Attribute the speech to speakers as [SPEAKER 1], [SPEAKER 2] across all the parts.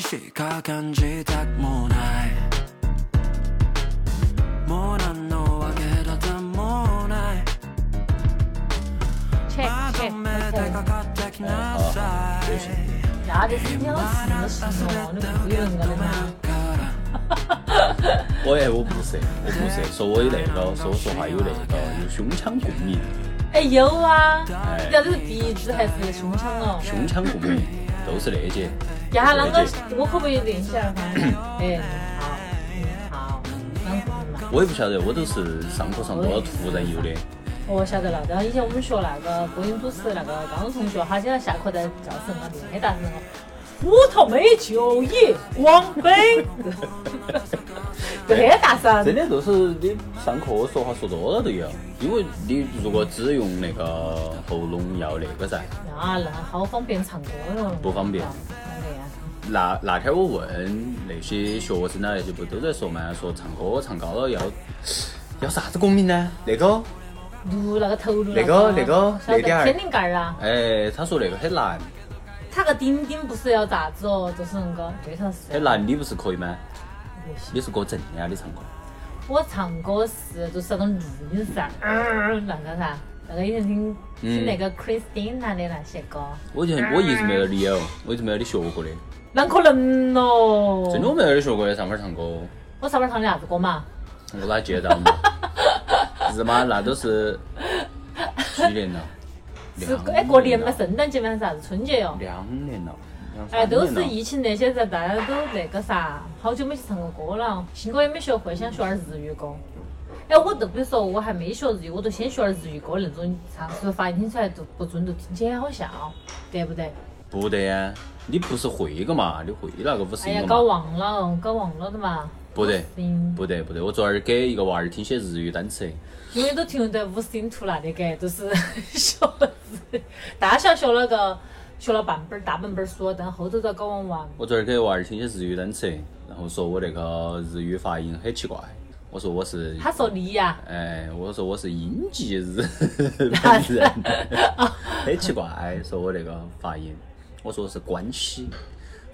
[SPEAKER 1] 시작한지 딱 모나이 모난 너와 게다다 모나이
[SPEAKER 2] check check，
[SPEAKER 1] 매
[SPEAKER 2] 然后
[SPEAKER 1] 대가 가뜩 나사이
[SPEAKER 2] 拿着金条死的时候，那不用的吗？
[SPEAKER 1] 가라
[SPEAKER 3] 我也我不是，我不是，说我有那个，说我说话有那个有胸腔共鸣，
[SPEAKER 2] 哎，有啊，
[SPEAKER 3] 哎
[SPEAKER 2] 你看这个鼻子还是胸腔哦。
[SPEAKER 3] 胸腔共鸣都是那些，
[SPEAKER 2] 呀，那
[SPEAKER 3] 都
[SPEAKER 2] 个
[SPEAKER 3] 是那些。
[SPEAKER 2] 我可不可以练一下哈？ 哎，好，嗯，好，啷个嘛？
[SPEAKER 3] 我也不晓得，我都是上课上多了突然有的。
[SPEAKER 2] 我晓得了，Oh, 然后以前我们学那个播音主持那个高中同学，他经常下课在教室那练大声哦，斧头没就一往北，就很大声。
[SPEAKER 3] 真的就是你上课说话说多了都要，因为你如果只用那个喉咙要那个噻，
[SPEAKER 2] 啊，那好方便唱歌哟。
[SPEAKER 3] 不方便
[SPEAKER 2] 啊方便啊。
[SPEAKER 3] 那那天我问那些学生啊，那些不都在说嘛，说唱歌唱高了要要啥子共鸣呢？那个，
[SPEAKER 2] 撸那个头颅。
[SPEAKER 3] 那个那个
[SPEAKER 2] 晓得
[SPEAKER 3] 那点儿
[SPEAKER 2] 天灵盖儿啊，
[SPEAKER 3] 哎，他说那个很难，
[SPEAKER 2] 它个顶顶不是要咋子哦，就是那个对头是。
[SPEAKER 3] 很难，你不是可以吗？
[SPEAKER 2] 不行
[SPEAKER 3] 你是歌正呀，啊你唱歌。
[SPEAKER 2] 我唱歌是就是那种录音噻，呃那个啥，那个以前听听那个
[SPEAKER 3] 嗯
[SPEAKER 2] Christina 的那些歌，
[SPEAKER 3] 我就
[SPEAKER 2] 哎
[SPEAKER 3] 我一直没有理哦，我一直没有你学过的，
[SPEAKER 2] 啷可能咯？
[SPEAKER 3] 真的我没有你学过的，上班唱歌。
[SPEAKER 2] 我上班唱的啥子歌嘛？
[SPEAKER 3] 我哪记 得到嘛？日妈，那都是几年了？
[SPEAKER 2] 是
[SPEAKER 3] 两
[SPEAKER 2] 哎，过年嘛，
[SPEAKER 3] 了，
[SPEAKER 2] 圣诞节嘛，啥子春节哟？
[SPEAKER 3] 两年了，两
[SPEAKER 2] 哎，
[SPEAKER 3] 三
[SPEAKER 2] 都
[SPEAKER 3] 年
[SPEAKER 2] 是
[SPEAKER 3] 了。
[SPEAKER 2] 疫情那些人，大家都那个啥，好久没去唱过歌了，新歌也没学会，想学点日语歌。哎，我都比如说，我还没学日语，我都先学点日语歌那种，唱出发音听出来都不准，都听起来好笑，对不对？
[SPEAKER 3] 不得呀，你不是会个嘛？你会那个五十
[SPEAKER 2] 哎呀
[SPEAKER 3] 音，
[SPEAKER 2] 搞
[SPEAKER 3] 个嘛？
[SPEAKER 2] 忘了，搞忘了的嘛。
[SPEAKER 3] 不得，
[SPEAKER 2] 嗯，
[SPEAKER 3] 不得，不得！我昨儿给一个娃儿听写日语单词，
[SPEAKER 2] 永远都停留在五十音图那里，嘎，都是学了日语，大小学了个学了半本儿大半本儿书，但后头遭搞忘完。
[SPEAKER 3] 我昨儿给娃儿听写日语单词，然后说我那个日语发音很奇怪，我说我是，
[SPEAKER 2] 他说你呀、
[SPEAKER 3] 哎，我说我是英籍 日本人， 很奇怪，哎说我那个发音，我说我是关西，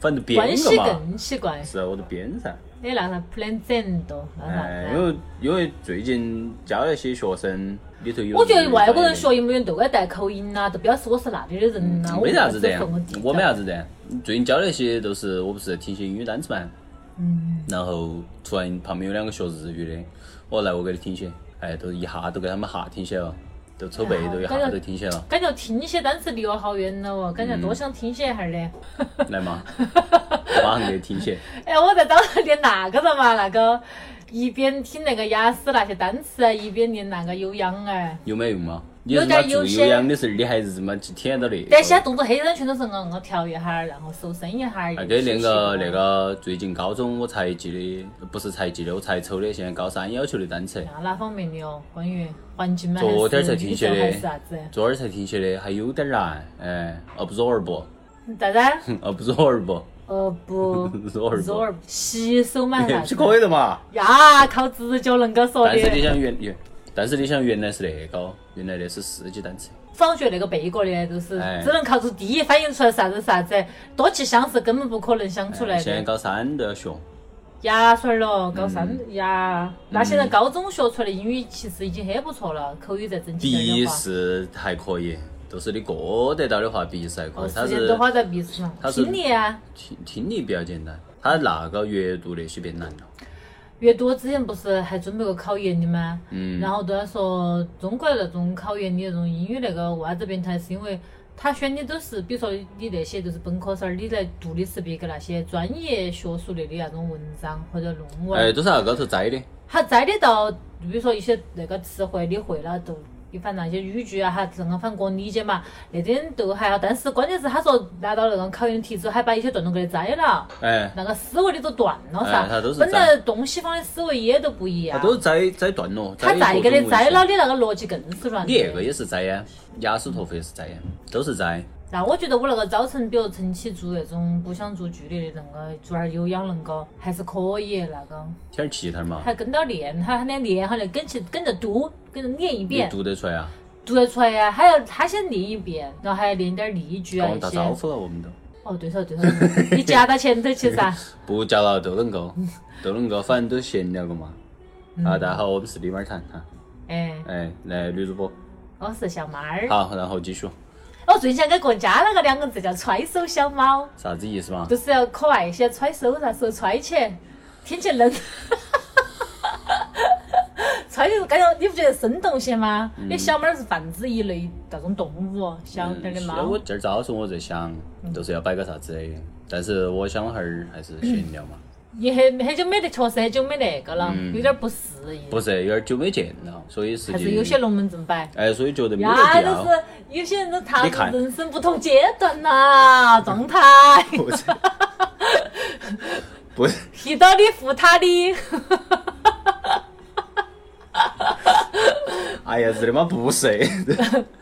[SPEAKER 3] 反正编
[SPEAKER 2] 关
[SPEAKER 3] 个
[SPEAKER 2] 系
[SPEAKER 3] 嘛，
[SPEAKER 2] 更奇怪。
[SPEAKER 3] 是啊我都编噻。
[SPEAKER 2] 你那啥 plan 真多，那啥子
[SPEAKER 3] 哎，
[SPEAKER 2] 啊
[SPEAKER 3] 因为因为最近教那些学生里头有，
[SPEAKER 2] 我觉得外国人学英语都该带口音呐、都表示我是那里的人啊呐、我
[SPEAKER 3] 嗯没啥子的
[SPEAKER 2] 我不是，
[SPEAKER 3] 我没
[SPEAKER 2] 啥
[SPEAKER 3] 啥子的。最近教那些都是我不是听些英语单词嘛，嗯，然后突然旁边有两个学日语的，我来我给你听些，哎，都一下都给他们哈听些了，都抽背
[SPEAKER 2] 哎呀
[SPEAKER 3] 都一
[SPEAKER 2] 感
[SPEAKER 3] 下
[SPEAKER 2] 觉，
[SPEAKER 3] 都听些了
[SPEAKER 2] 感觉听些单词离我好远了哦，感觉多想听些一下儿的。
[SPEAKER 3] 来 嘛，马上给你听些。
[SPEAKER 2] 哎，我在早上练那个了嘛，那个一边听那个雅思那些单词啊，一边练那个有氧哎。
[SPEAKER 3] 有没用嘛？你
[SPEAKER 2] 有
[SPEAKER 3] 日
[SPEAKER 2] 点
[SPEAKER 3] 妈
[SPEAKER 2] 儿有
[SPEAKER 3] 做
[SPEAKER 2] 些
[SPEAKER 3] 有氧的时候，你还日妈去体验到那个？
[SPEAKER 2] 但现在动作很多人全都是嗯硬硬调一下儿，然后手伸一下儿。啊
[SPEAKER 3] 还给那啊
[SPEAKER 2] 一
[SPEAKER 3] 哎个
[SPEAKER 2] 起
[SPEAKER 3] 那个最近高中我才记的，不是才记的，我才抽的现在高三要求的单词，
[SPEAKER 2] 啊哪方面的哦？关于环境嘛，
[SPEAKER 3] 昨天
[SPEAKER 2] 还
[SPEAKER 3] 才
[SPEAKER 2] 是
[SPEAKER 3] 听
[SPEAKER 2] 女
[SPEAKER 3] 些
[SPEAKER 2] 生
[SPEAKER 3] 的
[SPEAKER 2] 还是啥子？
[SPEAKER 3] 昨儿才听写的，还有点难，哎，absorb，absorb，absorb，
[SPEAKER 2] 咋子？
[SPEAKER 3] absorb,
[SPEAKER 2] 呃 不
[SPEAKER 3] Zorb
[SPEAKER 2] 洗手 嘛啥
[SPEAKER 3] 是
[SPEAKER 2] 子？
[SPEAKER 3] 可以的嘛。
[SPEAKER 2] 呀，靠直觉能够说
[SPEAKER 3] 但是你
[SPEAKER 2] 的。
[SPEAKER 3] 想原原，但是你想原来是那个，原来那是四级单词，
[SPEAKER 2] 仿学那个背过的，就是
[SPEAKER 3] 哎
[SPEAKER 2] 只能靠出第一反应出来啥子啥子，多去想是根本不可能想出来
[SPEAKER 3] 现在
[SPEAKER 2] 的。
[SPEAKER 3] 高三都要学，
[SPEAKER 2] 牙刷儿咯，高三
[SPEAKER 3] 嗯
[SPEAKER 2] 呀，那现在高中学出来的英语其实已经很不错了，口语再整齐点儿
[SPEAKER 3] 笔
[SPEAKER 2] 的话，
[SPEAKER 3] 试还可以，就是你过得到的话，笔试还可
[SPEAKER 2] 哦，
[SPEAKER 3] 以。它
[SPEAKER 2] 时间
[SPEAKER 3] 是
[SPEAKER 2] 都花在笔试
[SPEAKER 3] 它
[SPEAKER 2] 上，
[SPEAKER 3] 是
[SPEAKER 2] 听力啊。
[SPEAKER 3] 听听力比较简单，它那个阅读那些变难了。
[SPEAKER 2] 阅读我之前不是还准备过考研的吗？嗯，然后都在说中国那种考研的那种英语那个为啥子变态，是因为他选的都是，比如说你那些就是本科生儿，你来读的是别个那些专业学术类的那种文章或者论文，
[SPEAKER 3] 哎，都是那高头摘的。
[SPEAKER 2] 他摘得到，比如说一些那个词汇你会了都。你反正那些语句啊，哈，这个反正个人理解嘛，那点都还好。但是关键是他说拿到那个考研题之后，还把一些段落给摘了，
[SPEAKER 3] 哎，
[SPEAKER 2] 那个思维的都断了噻。
[SPEAKER 3] 哎他都是
[SPEAKER 2] 本
[SPEAKER 3] 摘
[SPEAKER 2] 来东西方的思维也都不一样。
[SPEAKER 3] 它都是摘摘段落，
[SPEAKER 2] 他
[SPEAKER 3] 一
[SPEAKER 2] 再
[SPEAKER 3] 各
[SPEAKER 2] 给
[SPEAKER 3] 种
[SPEAKER 2] 你
[SPEAKER 3] 文
[SPEAKER 2] 摘
[SPEAKER 3] 献
[SPEAKER 2] 了，你那个逻辑更是乱的。
[SPEAKER 3] 你那个也是啊摘呀，雅思托福也是摘呀，都是摘。
[SPEAKER 2] 那我觉得我那个早晨，比如晨起做那种不想做剧烈的那个做点儿有氧那个，还是可以那个，
[SPEAKER 3] 天儿气他嘛，
[SPEAKER 2] 还跟到练，他喊他练，好像跟起跟着读，跟着念一
[SPEAKER 3] 你
[SPEAKER 2] 遍，
[SPEAKER 3] 读得出来啊？
[SPEAKER 2] 读得出来呀、还要他先念一遍，然后还要练点儿例句啊
[SPEAKER 3] 跟我
[SPEAKER 2] 一
[SPEAKER 3] 打
[SPEAKER 2] 些。
[SPEAKER 3] 招呼了，我们都。
[SPEAKER 2] 哦，对头对头，对头你夹到前头去 噻。
[SPEAKER 3] 不加了都能 够，都能够，反正都闲聊个嘛。
[SPEAKER 2] 嗯
[SPEAKER 3] 啊，大家好，我们是李马谈哈，
[SPEAKER 2] 哎，
[SPEAKER 3] 哎，来女主播，
[SPEAKER 2] 我是小猫儿。
[SPEAKER 3] 好，然后继续，
[SPEAKER 2] 我最近想给国家那个两个字叫“揣手小猫
[SPEAKER 3] 啥子意思嘛”，
[SPEAKER 2] 就？是要可爱些，揣手啥时候揣起，听起愣。 揣就感觉你不觉得生动些吗？
[SPEAKER 3] 嗯
[SPEAKER 2] 因为小猫儿是泛指一类那种动物，小点儿的
[SPEAKER 3] 嗯是
[SPEAKER 2] 猫嗯
[SPEAKER 3] 我。今儿早上我在想，就是要摆个啥子的，但是我想哈儿还是闲聊嘛。
[SPEAKER 2] 也很很久没得，确实很久没那个了，
[SPEAKER 3] 嗯
[SPEAKER 2] 有点不适应，
[SPEAKER 3] 不是，有点久没见了，所以实
[SPEAKER 2] 还
[SPEAKER 3] 际
[SPEAKER 2] 是有些龙门阵摆。
[SPEAKER 3] 哎，所以觉得没
[SPEAKER 2] 呀，
[SPEAKER 3] 得
[SPEAKER 2] 就
[SPEAKER 3] 调。
[SPEAKER 2] 是有些人都踏
[SPEAKER 3] 你
[SPEAKER 2] 入
[SPEAKER 3] 看嗯
[SPEAKER 2] 人生不同阶段啦，状 态，
[SPEAKER 3] 不是，不是，
[SPEAKER 2] 提到的扶他的，
[SPEAKER 3] 哎呀，日的妈不是，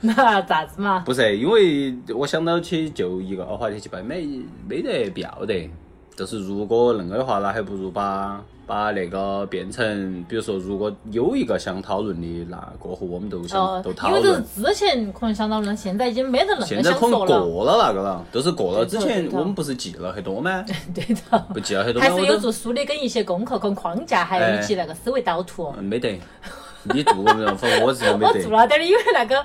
[SPEAKER 2] 那咋子嘛？
[SPEAKER 3] 不是，因为我想到起就一个哦话题去摆，没没得必要得。就是如果恁个的话，那还不如把把那个变成，比如说，如果有一个想讨论的，那过后我们都想、
[SPEAKER 2] 哦
[SPEAKER 3] 都，讨
[SPEAKER 2] 因为就是
[SPEAKER 3] 论。
[SPEAKER 2] 之前可能想到了，现在已经没 得那
[SPEAKER 3] 现
[SPEAKER 2] 个
[SPEAKER 3] 在
[SPEAKER 2] 想
[SPEAKER 3] 可能
[SPEAKER 2] 说了。
[SPEAKER 3] 过了那个了，就是过了之
[SPEAKER 2] 对头
[SPEAKER 3] 前
[SPEAKER 2] 对，头
[SPEAKER 3] 我们不是记了很多 吗？
[SPEAKER 2] 对的，
[SPEAKER 3] 不记了很多
[SPEAKER 2] 还
[SPEAKER 3] 吗？我
[SPEAKER 2] 是有
[SPEAKER 3] 都
[SPEAKER 2] 做梳理跟一些功课跟框架，还有一些那个思维导图。
[SPEAKER 3] 嗯没得，你做过没有？反正我是 没
[SPEAKER 2] 我
[SPEAKER 3] 得
[SPEAKER 2] 做。了点儿，因为那个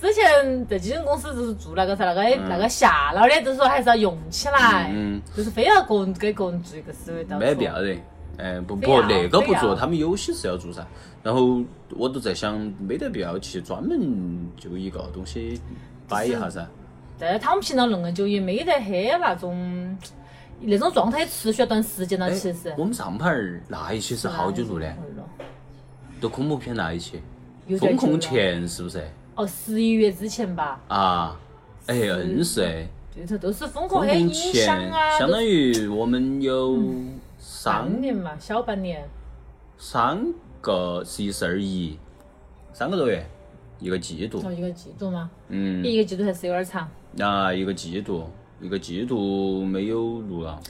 [SPEAKER 2] 之前在基金公司就是做那个噻，那个、那个下了的，就是说还是要用起来，
[SPEAKER 3] 嗯
[SPEAKER 2] 就是非要个人给个人做一个思维导图。
[SPEAKER 3] 没必要的。哎，不
[SPEAKER 2] 非要
[SPEAKER 3] 不，那个不
[SPEAKER 2] 非要
[SPEAKER 3] 做，他们有些是要做噻。然后我都在想，没得必要去专门就一个东西摆一下噻。
[SPEAKER 2] 但是他们平常恁个久也没得很那种那种状态持续一段时间了，
[SPEAKER 3] 哎
[SPEAKER 2] 其实。
[SPEAKER 3] 我们上盘儿那一期是好久录的？都恐怖片那一期，
[SPEAKER 2] 有点
[SPEAKER 3] 风
[SPEAKER 2] 久了
[SPEAKER 3] 控前是不是？
[SPEAKER 2] 哦，十一月之前吧，
[SPEAKER 3] 啊，哎，嗯是哎，
[SPEAKER 2] 对头，都是风控很
[SPEAKER 3] 风控
[SPEAKER 2] 影
[SPEAKER 3] 前
[SPEAKER 2] 响啊，嗯
[SPEAKER 3] 相
[SPEAKER 2] 都
[SPEAKER 3] 当于我们有三
[SPEAKER 2] 半年嘛，小半年。
[SPEAKER 3] 三个十一、十二、一，三个多月，一个季度
[SPEAKER 2] 哦，，一个季度嘛，
[SPEAKER 3] 嗯。
[SPEAKER 2] 一个季度还是有点长。
[SPEAKER 3] 那一个季度，一个季度没有录了，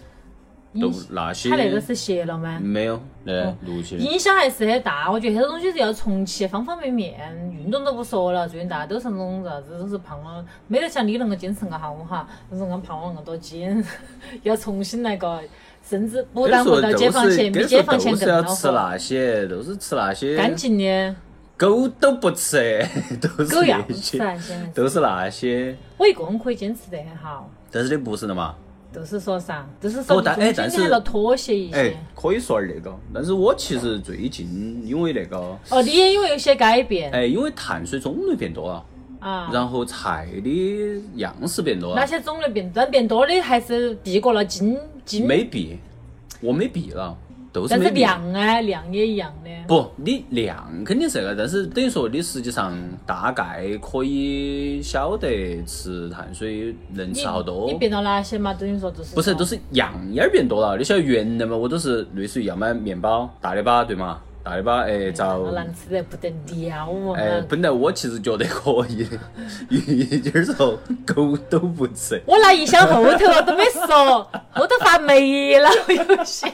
[SPEAKER 3] 都嗯
[SPEAKER 2] 影
[SPEAKER 3] 那些
[SPEAKER 2] 他那个是哦歇了吗？
[SPEAKER 3] 没有来录起的。
[SPEAKER 2] 影响还是很大，我觉得很多东西是要重启，方方面面，运动都不说了，最近大家都是那种啥子，都是胖了，没得像你恁个精神个好哈，就是俺胖了恁个多斤， 要重新来个，甚至不
[SPEAKER 3] 跟
[SPEAKER 2] 但
[SPEAKER 3] 说
[SPEAKER 2] 回到解
[SPEAKER 3] 都
[SPEAKER 2] 放
[SPEAKER 3] 是
[SPEAKER 2] 前，比
[SPEAKER 3] 跟
[SPEAKER 2] 解
[SPEAKER 3] 说
[SPEAKER 2] 放前
[SPEAKER 3] 都
[SPEAKER 2] 更
[SPEAKER 3] 是要
[SPEAKER 2] 恼
[SPEAKER 3] 吃
[SPEAKER 2] 火，
[SPEAKER 3] 那些，都是吃那些，
[SPEAKER 2] 干净的
[SPEAKER 3] 狗都不吃， 都是
[SPEAKER 2] 狗要
[SPEAKER 3] 那
[SPEAKER 2] 吃啊
[SPEAKER 3] 些，
[SPEAKER 2] 那些，
[SPEAKER 3] 都是那些。
[SPEAKER 2] 我一个人可以坚持得很好，
[SPEAKER 3] 但是你不是的嘛？
[SPEAKER 2] 就是说啥，就是
[SPEAKER 3] 不
[SPEAKER 2] 说
[SPEAKER 3] 但
[SPEAKER 2] 中
[SPEAKER 3] 哎
[SPEAKER 2] 间
[SPEAKER 3] 但
[SPEAKER 2] 你
[SPEAKER 3] 是
[SPEAKER 2] 还要妥协一
[SPEAKER 3] 哎
[SPEAKER 2] 些。，
[SPEAKER 3] 可以说点那个。但是我其实最近因为那个，
[SPEAKER 2] 哦，你也因为有些改变
[SPEAKER 3] 哎，因为碳水种类变多了，
[SPEAKER 2] 啊，
[SPEAKER 3] 然后菜的样式变多
[SPEAKER 2] 那
[SPEAKER 3] 了，
[SPEAKER 2] 些种类变但变多的还是避过了精精
[SPEAKER 3] 没必，我没必了，都是
[SPEAKER 2] 但
[SPEAKER 3] 没
[SPEAKER 2] 是
[SPEAKER 3] 必。
[SPEAKER 2] 量啊，量也一样的。
[SPEAKER 3] 不，你量肯定是那个，但是等于说你实际上大概可以晓得吃碳水能
[SPEAKER 2] 你
[SPEAKER 3] 吃好多
[SPEAKER 2] 你。变到哪些嘛？等于说就是
[SPEAKER 3] 哦不是，
[SPEAKER 2] 说
[SPEAKER 3] 都是样样儿变多了。你晓得原来嘛，我都是类似于要么面包大列巴对嘛，大列巴哎遭
[SPEAKER 2] 那难吃得不得了哦。
[SPEAKER 3] 哎，本来我其实觉得可以 的，有点儿时候狗都不吃。
[SPEAKER 2] 我那一箱后头我都没说，后头发霉了，有些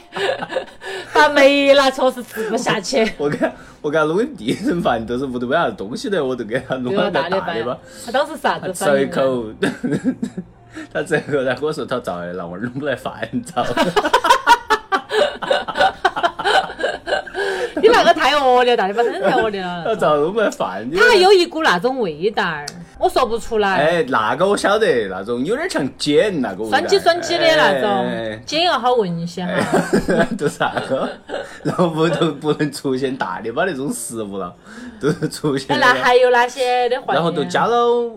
[SPEAKER 2] 发霉了，确实吃不下 去。
[SPEAKER 3] 我给他我给他弄的第一顿饭都是屋头没啥子东西的，我都给他弄
[SPEAKER 2] 对了，
[SPEAKER 3] 了个
[SPEAKER 2] 大
[SPEAKER 3] 大
[SPEAKER 2] 的
[SPEAKER 3] 列巴
[SPEAKER 2] 吧。，他当时啥
[SPEAKER 3] 他
[SPEAKER 2] 子
[SPEAKER 3] 吃
[SPEAKER 2] 反
[SPEAKER 3] 了一
[SPEAKER 2] 应啊？
[SPEAKER 3] 口， 他最后他跟我说他遭的，那我弄不来饭，遭。
[SPEAKER 2] 你那个太恶劣了，大的吧，真的太恶劣
[SPEAKER 3] 他
[SPEAKER 2] 了。
[SPEAKER 3] 遭弄不来饭。
[SPEAKER 2] 它还有一股那种味道儿，我说不出来。
[SPEAKER 3] 哎，那个我晓得，那种有点像碱那个味道
[SPEAKER 2] 酸起酸起的那
[SPEAKER 3] 哎
[SPEAKER 2] 种，煎要好闻一些
[SPEAKER 3] 哎
[SPEAKER 2] 哈。
[SPEAKER 3] 就是那个，然后不都不能出现大列巴那种食物了，都是出现
[SPEAKER 2] 哎，
[SPEAKER 3] 那
[SPEAKER 2] 那
[SPEAKER 3] 个
[SPEAKER 2] 还有哪些的环啊
[SPEAKER 3] 然后都加了，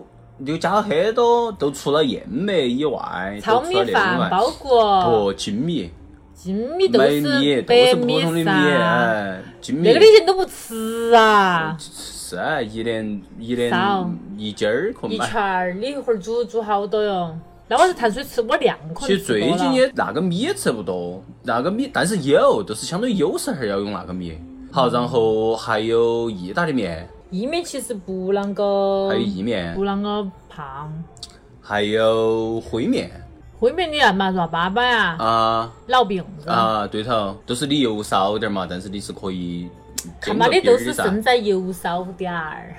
[SPEAKER 3] 又加了很多，都除了燕麦以外，
[SPEAKER 2] 糙
[SPEAKER 3] 都除了
[SPEAKER 2] 米
[SPEAKER 3] 那种
[SPEAKER 2] 饭、
[SPEAKER 3] 外
[SPEAKER 2] 包谷、
[SPEAKER 3] 不精米、
[SPEAKER 2] 精哦米都
[SPEAKER 3] 白
[SPEAKER 2] 是
[SPEAKER 3] 米都是
[SPEAKER 2] 白
[SPEAKER 3] 普通的米，
[SPEAKER 2] 噻，
[SPEAKER 3] 哎，精米
[SPEAKER 2] 那。个你以前都不吃啊，
[SPEAKER 3] 是啊，一年一年
[SPEAKER 2] 少
[SPEAKER 3] 一斤儿可
[SPEAKER 2] 一
[SPEAKER 3] 买。
[SPEAKER 2] 圈儿你一会儿煮煮好多哟。那我是碳水吃我量可能
[SPEAKER 3] 其实
[SPEAKER 2] 吃多了
[SPEAKER 3] 最近也那个米也吃不多，那个米但是有，就是相当于有时候要用那个米。好，然后还有意大利面，
[SPEAKER 2] 意面其实不啷个
[SPEAKER 3] 哎还有意面
[SPEAKER 2] 不，啷个胖，
[SPEAKER 3] 还有灰面，
[SPEAKER 2] 灰面的嘛，软粑粑呀，
[SPEAKER 3] 啊
[SPEAKER 2] 老饼子，
[SPEAKER 3] 啊，对头，就是你油烧点儿嘛，但是你是可以
[SPEAKER 2] 他
[SPEAKER 3] 煎
[SPEAKER 2] 妈
[SPEAKER 3] 个
[SPEAKER 2] 的
[SPEAKER 3] 底儿
[SPEAKER 2] 都
[SPEAKER 3] 的
[SPEAKER 2] 是
[SPEAKER 3] 噻。
[SPEAKER 2] 胜在油少点儿。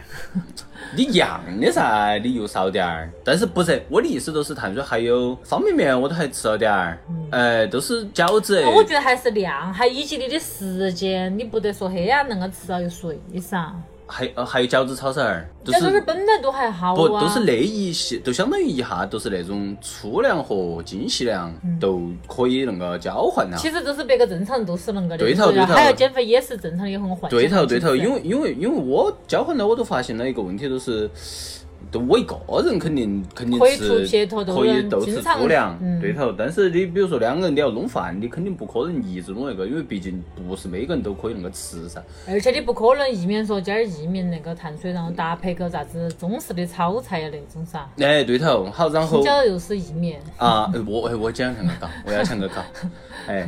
[SPEAKER 3] 你一样的噻，你又少点儿，但是不是我的意思都是碳水还有方便面我都还吃了点儿，哎，都是饺子。
[SPEAKER 2] 嗯啊我觉得还是量，还以及你的时间，你不得说黑呀，恁个吃了又睡噻。
[SPEAKER 3] 还呃还有饺子抄手儿，就
[SPEAKER 2] 但是
[SPEAKER 3] 是
[SPEAKER 2] 本来都还好
[SPEAKER 3] 不
[SPEAKER 2] 啊，
[SPEAKER 3] 都是那一些，都相当于一下都是那种粗粮和精细粮
[SPEAKER 2] 嗯
[SPEAKER 3] 都可以恁个交换呐。
[SPEAKER 2] 其实都是别个正常人都是恁个的，
[SPEAKER 3] 对头
[SPEAKER 2] 是不是
[SPEAKER 3] 对头
[SPEAKER 2] 还要减肥也是正常的，很缓。
[SPEAKER 3] 对头对头，
[SPEAKER 2] 很正常
[SPEAKER 3] 因为因为因为我交换了，我都发现了一个问题，就是。都我一个人肯定肯定
[SPEAKER 2] 可以
[SPEAKER 3] 吃
[SPEAKER 2] 出去头头
[SPEAKER 3] 可以
[SPEAKER 2] 人
[SPEAKER 3] 都吃
[SPEAKER 2] 经常
[SPEAKER 3] 粗粮，
[SPEAKER 2] 嗯
[SPEAKER 3] 对头。但是你比如说两个人你要弄饭，你肯定不可能一直弄那个，因为毕竟不是每个人都可以那个吃噻。
[SPEAKER 2] 而且你不可能一面说今儿一面那个碳水，然后搭配个啥子中式的炒菜呀那种噻。
[SPEAKER 3] 哎，对头，好，然后
[SPEAKER 2] 青椒又是一面，
[SPEAKER 3] 啊，哎我哎我讲那个搞，我要想个搞，哎，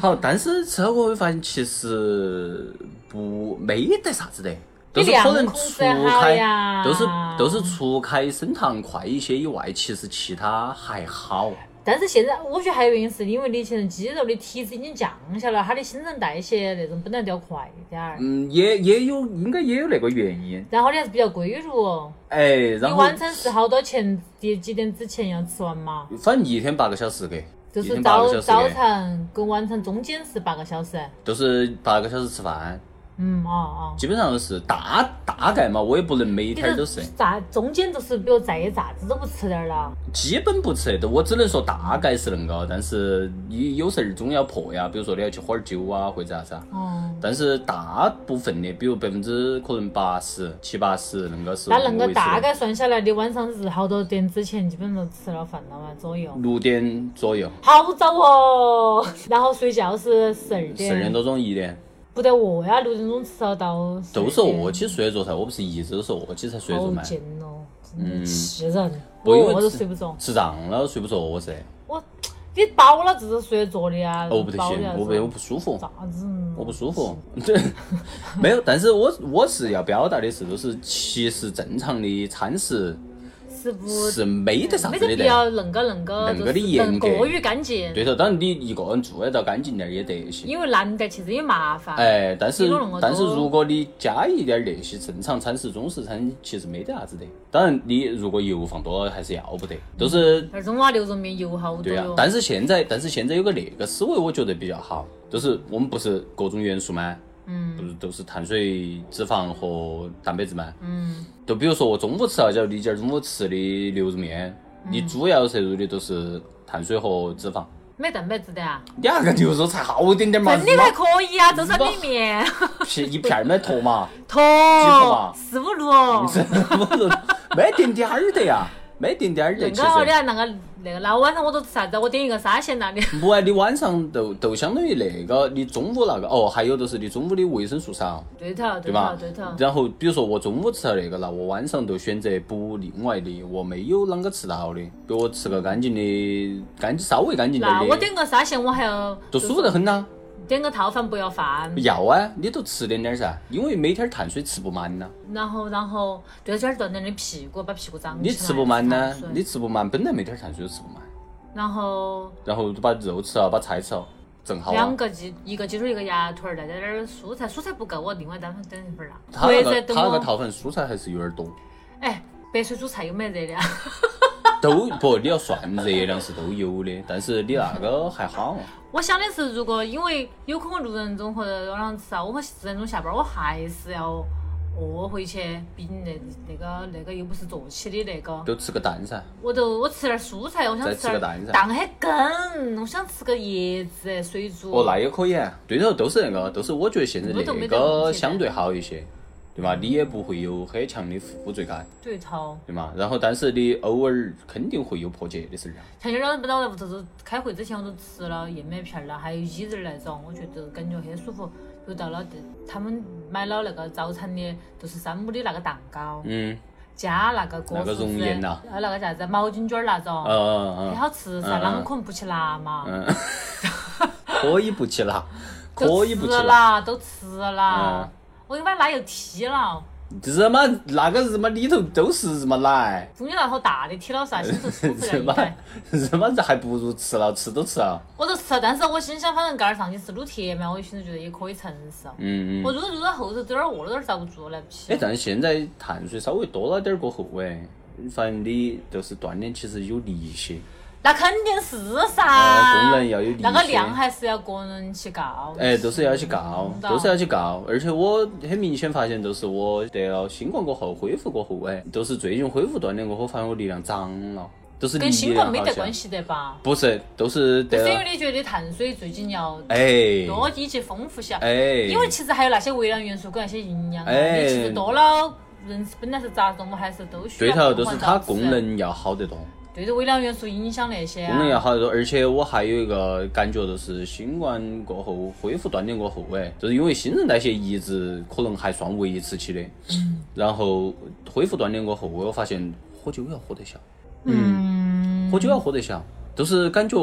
[SPEAKER 3] 好，但是吃了过后会发现其实不没得啥子的，都是可能除
[SPEAKER 2] 你量控制好
[SPEAKER 3] 开，
[SPEAKER 2] 呀
[SPEAKER 3] 都是都是除开升糖快一些以外，其实其他还好。
[SPEAKER 2] 但是现在我觉得还有原因是因为你现在肌肉的体脂已经降下来，它的新陈代谢那种本来就要快点儿，
[SPEAKER 3] 嗯，也也有应该也有那个原因，
[SPEAKER 2] 然后你还是比较规律。哦
[SPEAKER 3] 哎，然
[SPEAKER 2] 你
[SPEAKER 3] 后
[SPEAKER 2] 晚餐是好多前几几点之前要吃完嘛？
[SPEAKER 3] 反正一天八个小时给，
[SPEAKER 2] 就
[SPEAKER 3] 一
[SPEAKER 2] 是
[SPEAKER 3] 天八个
[SPEAKER 2] 早
[SPEAKER 3] 小时
[SPEAKER 2] 早
[SPEAKER 3] 给，
[SPEAKER 2] 晨跟晚餐中间是八个小时。
[SPEAKER 3] 都是八个小时吃饭，
[SPEAKER 2] 嗯，哦哦。
[SPEAKER 3] 基本上都是大大概嘛，我也不能每一
[SPEAKER 2] 你
[SPEAKER 3] 天儿都是。
[SPEAKER 2] 啥中间都是，比如再也啥子都不吃点儿了。
[SPEAKER 3] 基本不吃的，我只能说大概是恁个，但是你有时候总要破呀，比如说你要去喝点儿酒啊，或者啥子啊。
[SPEAKER 2] 嗯，
[SPEAKER 3] 但是大部分的，比如百分之可能八十、七八十，恁个是
[SPEAKER 2] 那恁
[SPEAKER 3] 维
[SPEAKER 2] 个
[SPEAKER 3] 持
[SPEAKER 2] 大
[SPEAKER 3] 的
[SPEAKER 2] 概算下来，你晚上是好多点之前基本上吃了饭了嘛左右。
[SPEAKER 3] 六点左右，
[SPEAKER 2] 好早哦， 然后睡觉是十二
[SPEAKER 3] 十二点
[SPEAKER 2] 点，
[SPEAKER 3] 多钟一点
[SPEAKER 2] 不得饿呀，六点钟吃了到12点
[SPEAKER 3] 都是饿起睡着噻，我不是一直都是饿起才睡着
[SPEAKER 2] 好
[SPEAKER 3] 嘛，
[SPEAKER 2] 劲哦，真的气人，
[SPEAKER 3] 嗯我
[SPEAKER 2] 哦我
[SPEAKER 3] 因为
[SPEAKER 2] 饿都
[SPEAKER 3] 吃
[SPEAKER 2] 睡不着。
[SPEAKER 3] 吃胀了睡不着噻。
[SPEAKER 2] 我你饱了就是睡着的啊，
[SPEAKER 3] 哦，我不得
[SPEAKER 2] 饱
[SPEAKER 3] 行
[SPEAKER 2] 了，
[SPEAKER 3] 我不
[SPEAKER 2] 是
[SPEAKER 3] 我不舒服。
[SPEAKER 2] 啥子？
[SPEAKER 3] 我不舒服， 对，没有，但是我我是要表达的是，就是其实正常的餐食
[SPEAKER 2] 是不
[SPEAKER 3] 是没得啥
[SPEAKER 2] 没
[SPEAKER 3] 子
[SPEAKER 2] 得
[SPEAKER 3] 的
[SPEAKER 2] 必
[SPEAKER 3] 的。
[SPEAKER 2] 要恁个恁个
[SPEAKER 3] 恁
[SPEAKER 2] 就
[SPEAKER 3] 个的
[SPEAKER 2] 是
[SPEAKER 3] 严格
[SPEAKER 2] 过于干净，
[SPEAKER 3] 对头，当然你一个人做得到干净点儿也得行。
[SPEAKER 2] 因为难得其实也麻烦。
[SPEAKER 3] 哎，但是
[SPEAKER 2] 你弄那么多
[SPEAKER 3] 但是如果你加一点儿那些正常餐食、中式餐，其实没得啥子的。当然，你如果油放多了还是要不得，都是
[SPEAKER 2] 而中华牛肉面油好多
[SPEAKER 3] 对呀、啊
[SPEAKER 2] 哟，
[SPEAKER 3] 但是现在，但是现在有个那个思维，我觉得比较好，就是我们不是各种元素吗？嗯，不是都是碳水、脂肪和蛋白质吗？
[SPEAKER 2] 嗯，
[SPEAKER 3] 就比如说我中午吃啊了，假如你今儿中午吃的牛肉
[SPEAKER 2] 嗯
[SPEAKER 3] 面，你主要摄入的都是碳水和脂肪。
[SPEAKER 2] 没蛋白质的啊，
[SPEAKER 3] 你那个牛肉才好点点嘛，
[SPEAKER 2] 真的还可以啊，就是里面
[SPEAKER 3] 片一片儿没坨嘛，
[SPEAKER 2] 坨
[SPEAKER 3] 嘛
[SPEAKER 2] 四五六，
[SPEAKER 3] 嗯没点点儿的呀，没点点儿的。
[SPEAKER 2] 更
[SPEAKER 3] 其
[SPEAKER 2] 好你
[SPEAKER 3] 实，
[SPEAKER 2] 看那个那个，那晚上我都吃啥子？我点一个沙县那里，
[SPEAKER 3] 不然你晚上都都相当于那个，你中午那个哦，还有就是你中午的维生素少，
[SPEAKER 2] 对头
[SPEAKER 3] 对
[SPEAKER 2] 对
[SPEAKER 3] 吧
[SPEAKER 2] 头？对啊头，
[SPEAKER 3] 然后比如说我中午吃了那个了，我晚上都选择补另外的，我没有啷个吃到的，比如我吃个干净的，干净稍微干净点
[SPEAKER 2] 那
[SPEAKER 3] 儿
[SPEAKER 2] 我
[SPEAKER 3] 的，
[SPEAKER 2] 点个沙县我还要
[SPEAKER 3] 就舒服得很呐、
[SPEAKER 2] 点个套饭不要饭，
[SPEAKER 3] 要啊，你都吃点点儿噻，因为每天儿碳水吃不满呐、
[SPEAKER 2] 然后然后对这儿锻炼的屁股，把屁股长起来。
[SPEAKER 3] 你吃不满呢、
[SPEAKER 2] 吃碳水
[SPEAKER 3] 你吃不满，本来每天儿碳水都吃不满。
[SPEAKER 2] 然后
[SPEAKER 3] 然后就把肉吃了，把菜吃了，正好啊
[SPEAKER 2] 两。个鸡，一个鸡腿，一个鸭腿儿，再加点儿蔬菜，蔬菜不够，我另外单份等一会儿啦。
[SPEAKER 3] 他那
[SPEAKER 2] 或者
[SPEAKER 3] 个
[SPEAKER 2] 等
[SPEAKER 3] 他那个
[SPEAKER 2] 我，
[SPEAKER 3] 套饭蔬菜还是有点多，
[SPEAKER 2] 哎，白水煮菜有没得的啊？
[SPEAKER 3] 都不你要算热量是都有 的，但是你那个还好。 啊
[SPEAKER 2] 我想的是，如果因为有可能六点钟或者晚上吃啊，我们四点钟下班儿，我还是要饿回去，毕竟那那个那个又不是坐起的那个。
[SPEAKER 3] 都吃个蛋噻，
[SPEAKER 2] 我都我吃点儿蔬菜，我想
[SPEAKER 3] 再
[SPEAKER 2] 吃
[SPEAKER 3] 吃个
[SPEAKER 2] 点
[SPEAKER 3] 蛋噻
[SPEAKER 2] 儿蛋很梗，我想吃个叶子水煮。
[SPEAKER 3] 哦，那也可以啊。对头，都是那个，都是我觉得现在
[SPEAKER 2] 我都
[SPEAKER 3] 那
[SPEAKER 2] 没得问
[SPEAKER 3] 个
[SPEAKER 2] 题的
[SPEAKER 3] 相对好一些，
[SPEAKER 2] 嗯
[SPEAKER 3] 对吧？你也不会有很强的负罪感，
[SPEAKER 2] 对头。
[SPEAKER 3] 对嘛？然后，但是你偶尔肯定会有破戒的事儿啊。
[SPEAKER 2] 前几天本来我在屋头都开会之前，我都吃了燕麦片儿了，还有薏仁那种，我觉得感觉很舒服。就到了这他们买了那个早餐的，就是山姆的那个蛋糕，
[SPEAKER 3] 嗯，
[SPEAKER 2] 加那个果
[SPEAKER 3] 那个
[SPEAKER 2] 蔬
[SPEAKER 3] 熔
[SPEAKER 2] 子，呃
[SPEAKER 3] 岩呐
[SPEAKER 2] 还有那个啥子毛巾卷儿那种，
[SPEAKER 3] 呃
[SPEAKER 2] 很，
[SPEAKER 3] 嗯
[SPEAKER 2] 好吃噻。啷
[SPEAKER 3] 嗯
[SPEAKER 2] 个
[SPEAKER 3] 嗯
[SPEAKER 2] 可能不去拿嘛？
[SPEAKER 3] 嗯，嗯可以不去辣，
[SPEAKER 2] 都
[SPEAKER 3] 可以
[SPEAKER 2] 吃
[SPEAKER 3] 不去辣。
[SPEAKER 2] 了，都吃了
[SPEAKER 3] 嗯。
[SPEAKER 2] 我给你把奶油踢了，
[SPEAKER 3] 日嘛，那个日嘛里头都是日嘛奶，
[SPEAKER 2] 中间那好大的，贴了啥心思出不
[SPEAKER 3] 日
[SPEAKER 2] 了一
[SPEAKER 3] 嘛
[SPEAKER 2] 袋。
[SPEAKER 3] 日嘛还不如吃了，吃都吃了。
[SPEAKER 2] 我都吃了，但是我心想，反正嘎儿上去是撸铁嘛，我心里觉得也可以尝试啊。
[SPEAKER 3] 嗯嗯。
[SPEAKER 2] 我如果做到后头有点儿饿了，有点儿遭不住，来不及
[SPEAKER 3] 哎，。但是现在碳水稍微多了点儿过后，哎，反正你就是锻炼，其实有力气。
[SPEAKER 2] 那肯定是噻、
[SPEAKER 3] 呃功能要有力
[SPEAKER 2] 啊那个
[SPEAKER 3] 气
[SPEAKER 2] 量还是要个人去告。
[SPEAKER 3] 哎，都是要去告，都是要去告，而且我很明显发现，就是我得了新冠过后恢复过后，哎，都是最近恢复锻炼过后，发现我力量涨了，都是
[SPEAKER 2] 跟
[SPEAKER 3] 力
[SPEAKER 2] 新冠
[SPEAKER 3] 量
[SPEAKER 2] 没
[SPEAKER 3] 好
[SPEAKER 2] 得
[SPEAKER 3] 像
[SPEAKER 2] 关，系的吧？
[SPEAKER 3] 不是，都是得
[SPEAKER 2] 就是因
[SPEAKER 3] 了，
[SPEAKER 2] 为你觉得碳水最近要
[SPEAKER 3] 哎，
[SPEAKER 2] 多以及丰富些，
[SPEAKER 3] 哎，
[SPEAKER 2] 因为其实还有那些微量元素跟那些营养啊，
[SPEAKER 3] 哎
[SPEAKER 2] 你其实多了。人是本来是杂种，我们还是都需
[SPEAKER 3] 对
[SPEAKER 2] 要
[SPEAKER 3] 头，
[SPEAKER 2] 多
[SPEAKER 3] 就
[SPEAKER 2] 换
[SPEAKER 3] 是
[SPEAKER 2] 到
[SPEAKER 3] 它
[SPEAKER 2] 吃
[SPEAKER 3] 功，能要好得多，
[SPEAKER 2] 对着微量元素影响那些、啊。
[SPEAKER 3] 功能要好得多，而且我还有一个感觉，就是新冠过后恢复锻炼过后，哎，就是因为新陈代谢一直可能还算维持起的，然后恢复锻炼过后，我发现喝酒要喝得下。
[SPEAKER 2] 嗯，
[SPEAKER 3] 喝酒要喝得下，就是感觉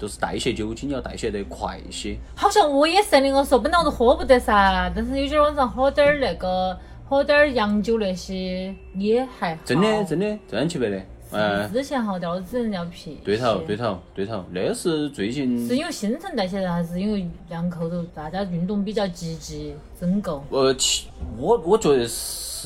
[SPEAKER 3] 就是代谢酒精要代谢得快些。
[SPEAKER 2] 好像我也是的。我说本来我都喝不得噻，但是有天晚上喝点儿那个，喝点儿洋酒那些也还好。
[SPEAKER 3] 真的，真的，正起白的。嗯，
[SPEAKER 2] 之前好掉了，只能聊脾气。
[SPEAKER 3] 对头，对。头，对头，那是最
[SPEAKER 2] 是
[SPEAKER 3] 近
[SPEAKER 2] 因为新陈代谢，还是因为两口头大家运动比较积极，增购？
[SPEAKER 3] 呃，其我我觉得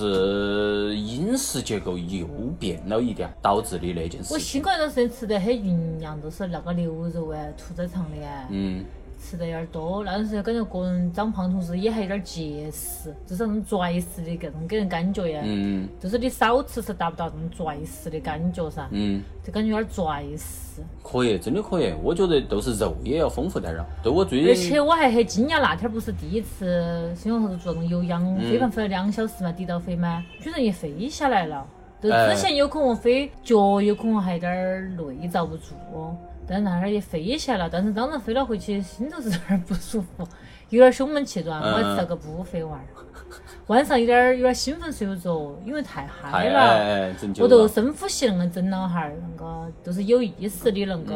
[SPEAKER 3] 是饮食结构又变了一点导致的那件
[SPEAKER 2] 我
[SPEAKER 3] 事情。
[SPEAKER 2] 新冠那段时间吃得很营养，都是那个牛肉哎，屠宰场的哎，
[SPEAKER 3] 嗯，
[SPEAKER 2] 吃得有点多。那段时间感觉个人长胖，同时也还有点结实，就是那种拽实的各种给人感觉呀。
[SPEAKER 3] 嗯
[SPEAKER 2] 就是你少吃是达不到那种拽实的感觉噻，
[SPEAKER 3] 嗯，
[SPEAKER 2] 就感觉有点拽实。
[SPEAKER 3] 可以，真的可以。我觉得就是肉也要丰富点儿了。对我
[SPEAKER 2] 而
[SPEAKER 3] 最
[SPEAKER 2] 且
[SPEAKER 3] 近，
[SPEAKER 2] 我还很惊讶，那天不是第一次新闻后头做那种有氧飞盘，飞了两小时嘛，低到飞嘛，居然也飞下来了。就之前有可能飞脚，有可能还有点儿累，遭不住。但是那天也飞下来了，但是当时飞了回去，心头是有点儿不舒服， 有点儿胸闷气短，我还吃了个补肺丸儿。晚上有点儿有点儿兴奋睡不着，因为太嗨
[SPEAKER 3] 哎
[SPEAKER 2] 了。
[SPEAKER 3] 哎哎，真就
[SPEAKER 2] 我都
[SPEAKER 3] 了。
[SPEAKER 2] 深呼吸恁个整了哈儿，恁个就是有意识的恁个，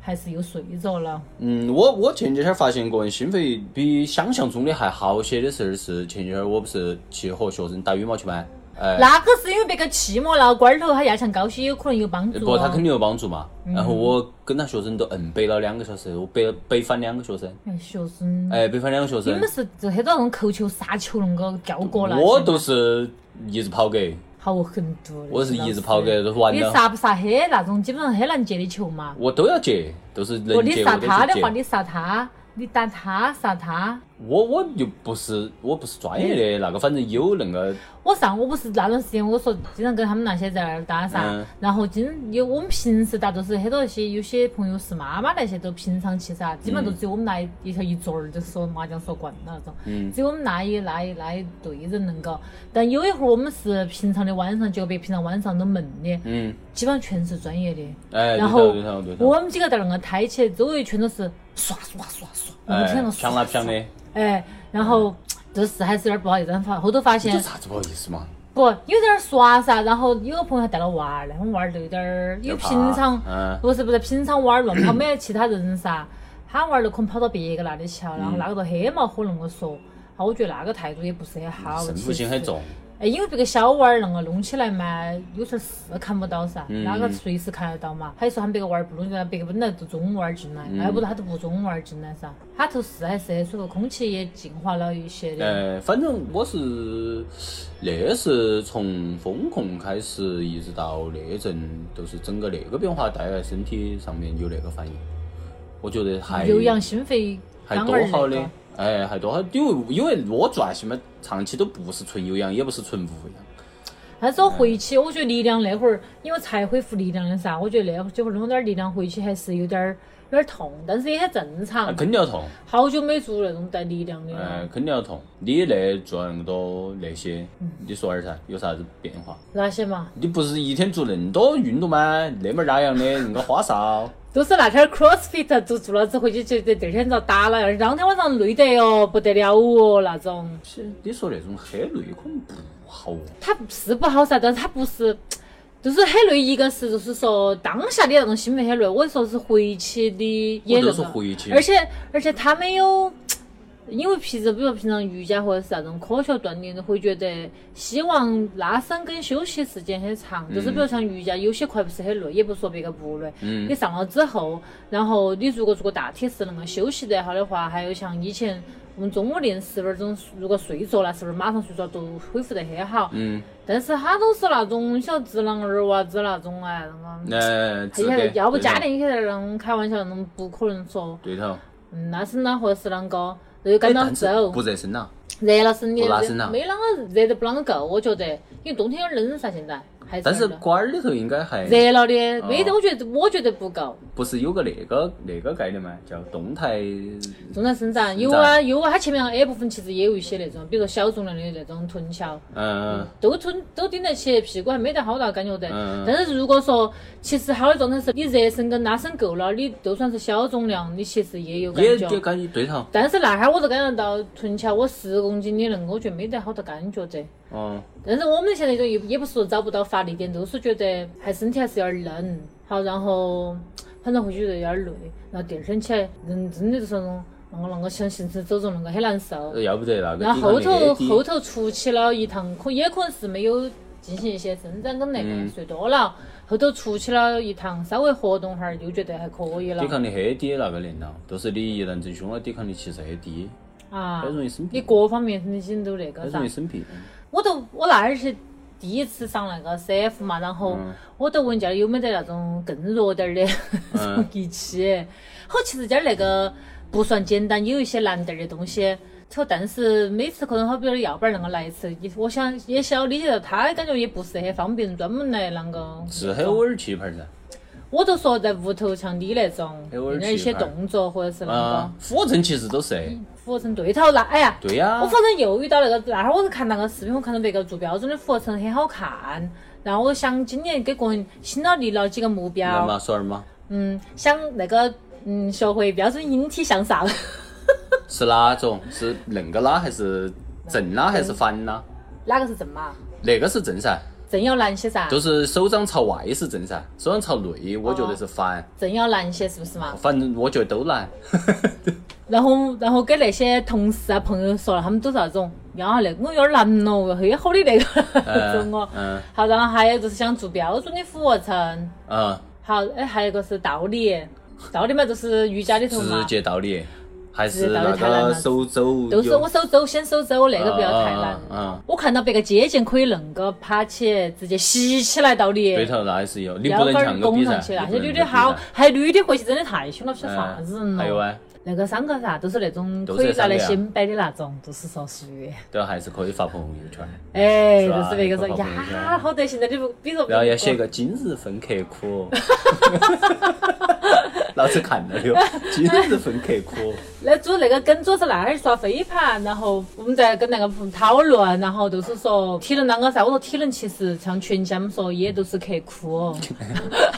[SPEAKER 2] 还是又睡着了。
[SPEAKER 3] 嗯，我我前几天发现个人心肺比想象中的还好些的事儿是，前几天我不是去和学生打羽毛球吗？哎，
[SPEAKER 2] 那个是因为别个气嘛，那罐儿头他压强高些，有可能有帮助
[SPEAKER 3] 不，他
[SPEAKER 2] 啊。
[SPEAKER 3] 肯定有帮助嘛。然后我跟他学生都硬背了两个小时，我背背翻两个学生，
[SPEAKER 2] 哎学生，
[SPEAKER 3] 哎，背翻两个学
[SPEAKER 2] 你
[SPEAKER 3] 生
[SPEAKER 2] 们，是就很多那种扣球、杀球恁个跳过来？
[SPEAKER 3] 我都是一直跑给，
[SPEAKER 2] 好狠毒的。
[SPEAKER 3] 我是
[SPEAKER 2] 老
[SPEAKER 3] 一直
[SPEAKER 2] 师
[SPEAKER 3] 跑给都完
[SPEAKER 2] 你
[SPEAKER 3] 了，
[SPEAKER 2] 杀不杀很那种，基本上很难接的球嘛。
[SPEAKER 3] 我都要接，都是
[SPEAKER 2] 如果
[SPEAKER 3] 能
[SPEAKER 2] 你
[SPEAKER 3] 接
[SPEAKER 2] 杀
[SPEAKER 3] 我
[SPEAKER 2] 他
[SPEAKER 3] 都
[SPEAKER 2] 的
[SPEAKER 3] 去
[SPEAKER 2] 话，
[SPEAKER 3] 接。
[SPEAKER 2] 你杀他，你打他杀他。
[SPEAKER 3] 我我又不是我不是专业
[SPEAKER 2] 嗯
[SPEAKER 3] 的那个，反正有那个
[SPEAKER 2] 我上午不是那段时间，我说经常跟他们那些在那儿打噻，
[SPEAKER 3] 嗯
[SPEAKER 2] 然后经有我们平时打都是很多一些有些朋友是妈妈那些都平常去噻，基本上都只有我们那一一条一桌儿就是说麻将说惯了那种，
[SPEAKER 3] 嗯
[SPEAKER 2] 只有我们那一那一那一队人能搞。但有一会儿我们是平常的晚上就别平常晚上都闷的，
[SPEAKER 3] 嗯，
[SPEAKER 2] 基本上全是专业的。
[SPEAKER 3] 哎，对
[SPEAKER 2] 然
[SPEAKER 3] 头
[SPEAKER 2] 后
[SPEAKER 3] 对头对头，
[SPEAKER 2] 我们几个在那个抬起，周围全都是刷刷刷刷，我们
[SPEAKER 3] 哎
[SPEAKER 2] 听到，
[SPEAKER 3] 飘啦
[SPEAKER 2] 唰
[SPEAKER 3] 飘
[SPEAKER 2] 唰
[SPEAKER 3] 的，
[SPEAKER 2] 哎，然后这事还是有点不好意思，但发后头发
[SPEAKER 3] 这
[SPEAKER 2] 现
[SPEAKER 3] 有。啥子不好意思嘛？
[SPEAKER 2] 不，有点儿耍噻，然后有个朋友还带了娃儿，那我们娃儿就有点儿，因为
[SPEAKER 3] 有怕
[SPEAKER 2] 平常、
[SPEAKER 3] 嗯
[SPEAKER 2] 不是不是平常娃儿乱跑，没得其他人 噻，他娃儿就可能跑到别个那里去了，
[SPEAKER 3] 嗯
[SPEAKER 2] 然后那个都很恼火恁个说，啊，我觉得那个态度也不是很好，
[SPEAKER 3] 胜
[SPEAKER 2] 其
[SPEAKER 3] 负
[SPEAKER 2] 实
[SPEAKER 3] 心很。重，
[SPEAKER 2] 哎，因为别个小娃儿恁个弄起来嘛，有时候是看不到噻，
[SPEAKER 3] 嗯
[SPEAKER 2] 哪个随时看得到嘛。他就说他们别个娃儿不弄进来，别个本来就中娃儿进
[SPEAKER 3] 嗯
[SPEAKER 2] 来，哎要不然他都不中娃儿进来噻。他头是还是很舒服，空气也净化了一些的。
[SPEAKER 3] 呃，反正我是，那是从风控开始，一直到那阵，都是整个那个变化带来身体上面有那个反应，我觉得还
[SPEAKER 2] 有氧心肺
[SPEAKER 3] 还
[SPEAKER 2] 刚
[SPEAKER 3] 多
[SPEAKER 2] 儿那
[SPEAKER 3] 好
[SPEAKER 2] 个
[SPEAKER 3] 的，哎，还多好，因为因为我做那些嘛，长期都不是纯有氧，也不是纯无氧，
[SPEAKER 2] 但是我回去，我觉得力量那会儿，因为才恢复力量的噻，我觉得那会儿几会儿弄点儿力量回去还是有点儿有点儿痛，但是也很正
[SPEAKER 3] 那
[SPEAKER 2] 常。
[SPEAKER 3] 肯定要痛，
[SPEAKER 2] 好久没做那种带力量的
[SPEAKER 3] 啊哎
[SPEAKER 2] 了，，
[SPEAKER 3] 肯定要痛。你那做那么多那些，
[SPEAKER 2] 嗯
[SPEAKER 3] 你说点儿噻，有啥子变化？
[SPEAKER 2] 那些嘛，
[SPEAKER 3] 你不是一天做那么多运动吗？那么儿那样的，恁个 花哨。
[SPEAKER 2] 都是那天儿 CrossFit 做做了之后回去，觉得第二天遭打了，当天晚上累得哟不得了哦那种。
[SPEAKER 3] 是你说那种很累，可能不好哦。
[SPEAKER 2] 它是不好噻，但是它不是，就是很累。一个是就是说当下的那种心肺很累，我说是回去的也
[SPEAKER 3] 我
[SPEAKER 2] 那
[SPEAKER 3] 都是
[SPEAKER 2] 个，
[SPEAKER 3] 回去
[SPEAKER 2] 而且而且他没有，因为平时比如平常瑜伽或者是啥种科学锻炼，会觉得希望拉伸跟休息时间很长，就是比如像瑜伽，有些块不是很累，也不说别个不累。
[SPEAKER 3] 嗯
[SPEAKER 2] 你上了之后，然后你如果做个大体式能够休息得好的话，还有像以前我们中午练十分钟，如果睡着了十分马上睡着都恢复得很好。
[SPEAKER 3] 嗯，
[SPEAKER 2] 但是他都是那种小智囊儿娃子那种啊，那个。
[SPEAKER 3] 呃，
[SPEAKER 2] 他
[SPEAKER 3] 值
[SPEAKER 2] 也
[SPEAKER 3] 得
[SPEAKER 2] 要不
[SPEAKER 3] 对头
[SPEAKER 2] 家庭有些那种开玩笑那种，不可能说
[SPEAKER 3] 对头，
[SPEAKER 2] 嗯，那是啷或者是啷个，热干到
[SPEAKER 3] 哎但
[SPEAKER 2] 之
[SPEAKER 3] 是
[SPEAKER 2] 后
[SPEAKER 3] 不，热身了，
[SPEAKER 2] 热了是你
[SPEAKER 3] 不拉
[SPEAKER 2] 热
[SPEAKER 3] 伸啊了
[SPEAKER 2] 没啷个热得不啷个够，我觉得，因为冬天有点冷噻，现在还
[SPEAKER 3] 但是
[SPEAKER 2] 冷的
[SPEAKER 3] 瓜儿里头应该还
[SPEAKER 2] 热了的
[SPEAKER 3] 哦
[SPEAKER 2] 没得，我觉得我觉得不够，
[SPEAKER 3] 不是有个那个那个概念吗？叫动态
[SPEAKER 2] 重在生长有啊有啊，它前面那个 A 部分其实也有一些那种，比如说小重量的那种臀桥，
[SPEAKER 3] 嗯，
[SPEAKER 2] 都吞都顶得起，屁股还没得好大感觉的。
[SPEAKER 3] 嗯
[SPEAKER 2] 但是如果说其实好的状态是你热身跟拉伸够了，你就算是小重量，你其实也有感
[SPEAKER 3] 也
[SPEAKER 2] 觉。
[SPEAKER 3] 也感觉对头，
[SPEAKER 2] 但是那哈儿我就感觉到臀桥我十公斤的恁个，我觉得没得好大感觉的。
[SPEAKER 3] 哦，
[SPEAKER 2] 但是我们现在就也也不是说找不到发力点，都是觉得还身体还是有点嫩。好，然后嗯反正回去就有点累，然后第二天起来人真的就是那种啷个啷个像行尸走肉啷个很难受。
[SPEAKER 3] 呃要不得那个
[SPEAKER 2] 然后后
[SPEAKER 3] 抵抗力
[SPEAKER 2] 头
[SPEAKER 3] 也低
[SPEAKER 2] 后头出去了一趟，可也可能是没有进行一些伸展跟那个
[SPEAKER 3] 嗯
[SPEAKER 2] 睡多了，后头出去了一趟，稍微活动哈儿又觉得还可以了
[SPEAKER 3] 抵抗力很低那个年龄，就是你一旦真凶了，抵抗力其实很低，
[SPEAKER 2] 啊
[SPEAKER 3] 很。容易生
[SPEAKER 2] 你
[SPEAKER 3] 病，
[SPEAKER 2] 各方面身体都那个
[SPEAKER 3] 很
[SPEAKER 2] 啥
[SPEAKER 3] 容易，生病，
[SPEAKER 2] 我都我那儿去第一次上那个 CF 嘛，然后
[SPEAKER 3] 嗯
[SPEAKER 2] 我都问家里有没得那种更弱点儿的
[SPEAKER 3] 嗯
[SPEAKER 2] 一起。好，其实家儿那个不算简单，有一些难点儿的东西。说但是每次可能好比说要不然恁个来一次，也我想也晓理解到他感觉也不是很方便，专门来啷个。
[SPEAKER 3] 是很偶尔气泡噻，
[SPEAKER 2] 我都说在屋头像你那种，
[SPEAKER 3] 偶尔
[SPEAKER 2] 练点儿一些
[SPEAKER 3] 去一块儿
[SPEAKER 2] 动作或者是啷个
[SPEAKER 3] 啊，，俯卧撑其实都是，哎
[SPEAKER 2] 俯卧撑对头那，哎呀，
[SPEAKER 3] 对呀
[SPEAKER 2] 嗯我，反正又遇到那个，那会儿我是看那个视频，我看到别个做标准的俯卧撑很好看，然后我想今年给个人新了立了几个目
[SPEAKER 3] 能
[SPEAKER 2] 标，
[SPEAKER 3] 嘛，耍儿嘛，
[SPEAKER 2] 嗯，想那个嗯学会标准引体向上，
[SPEAKER 3] 是哪种？是恁个拉还是正
[SPEAKER 2] 嗯
[SPEAKER 3] 拉还是反拉？
[SPEAKER 2] 哪个是正嘛？
[SPEAKER 3] 那个是正噻，
[SPEAKER 2] 正要难些噻，
[SPEAKER 3] 就是手掌朝外是正噻，手掌朝内我觉得是反，
[SPEAKER 2] 正要难些是不是嘛？
[SPEAKER 3] 反正我觉得都难。
[SPEAKER 2] 然后然后给那些同事啊朋友说了，他们都是那种，呀那个我有点难咯，很好的那个那种哦。
[SPEAKER 3] 嗯
[SPEAKER 2] 好，然后还有就是想做标准的俯卧撑，
[SPEAKER 3] 嗯，
[SPEAKER 2] 好，哎，还有一个是倒立，倒立嘛就是瑜伽里头嘛
[SPEAKER 3] 直。接道理，还
[SPEAKER 2] 直
[SPEAKER 3] 是
[SPEAKER 2] 接道理
[SPEAKER 3] 那
[SPEAKER 2] 太难
[SPEAKER 3] 个
[SPEAKER 2] 了
[SPEAKER 3] 手肘
[SPEAKER 2] 都是
[SPEAKER 3] 有
[SPEAKER 2] 我手肘先手肘，那个不要太
[SPEAKER 3] 啊
[SPEAKER 2] 难。
[SPEAKER 3] 啊啊啊
[SPEAKER 2] 我看到别个接近可以恁个爬起，直接吸起来到你，
[SPEAKER 3] 对头，那还是有，你
[SPEAKER 2] 腰
[SPEAKER 3] 不能
[SPEAKER 2] 杆儿
[SPEAKER 3] 强个
[SPEAKER 2] 拱
[SPEAKER 3] 比
[SPEAKER 2] 上
[SPEAKER 3] 噻
[SPEAKER 2] 去，那
[SPEAKER 3] 你
[SPEAKER 2] 些
[SPEAKER 3] 不能
[SPEAKER 2] 女
[SPEAKER 3] 强
[SPEAKER 2] 的
[SPEAKER 3] 个比
[SPEAKER 2] 好
[SPEAKER 3] 噻，
[SPEAKER 2] 还女的回去真的太凶了，不晓得啥
[SPEAKER 3] 嗯
[SPEAKER 2] 子人
[SPEAKER 3] 还有
[SPEAKER 2] 了。
[SPEAKER 3] 啊，
[SPEAKER 2] 那个三个啥都是那种
[SPEAKER 3] 都
[SPEAKER 2] 可
[SPEAKER 3] 是
[SPEAKER 2] 以拿来
[SPEAKER 3] 三个呀
[SPEAKER 2] 显摆的那种，就是说属 于，
[SPEAKER 3] 都还是可以发朋友圈，
[SPEAKER 2] 哎，
[SPEAKER 3] 是吧
[SPEAKER 2] 就是别个说
[SPEAKER 3] 有个朋友圈
[SPEAKER 2] 呀，好得行的，你不，比如说，
[SPEAKER 3] 然后要写个今日份刻苦，老子看了哟，今日份刻苦，
[SPEAKER 2] 那组那个跟组是那儿耍飞盘，然后我们在跟那个朋友讨论，然后就是说体能啷个噻？我说体能其实像全家们说也都是刻苦，哦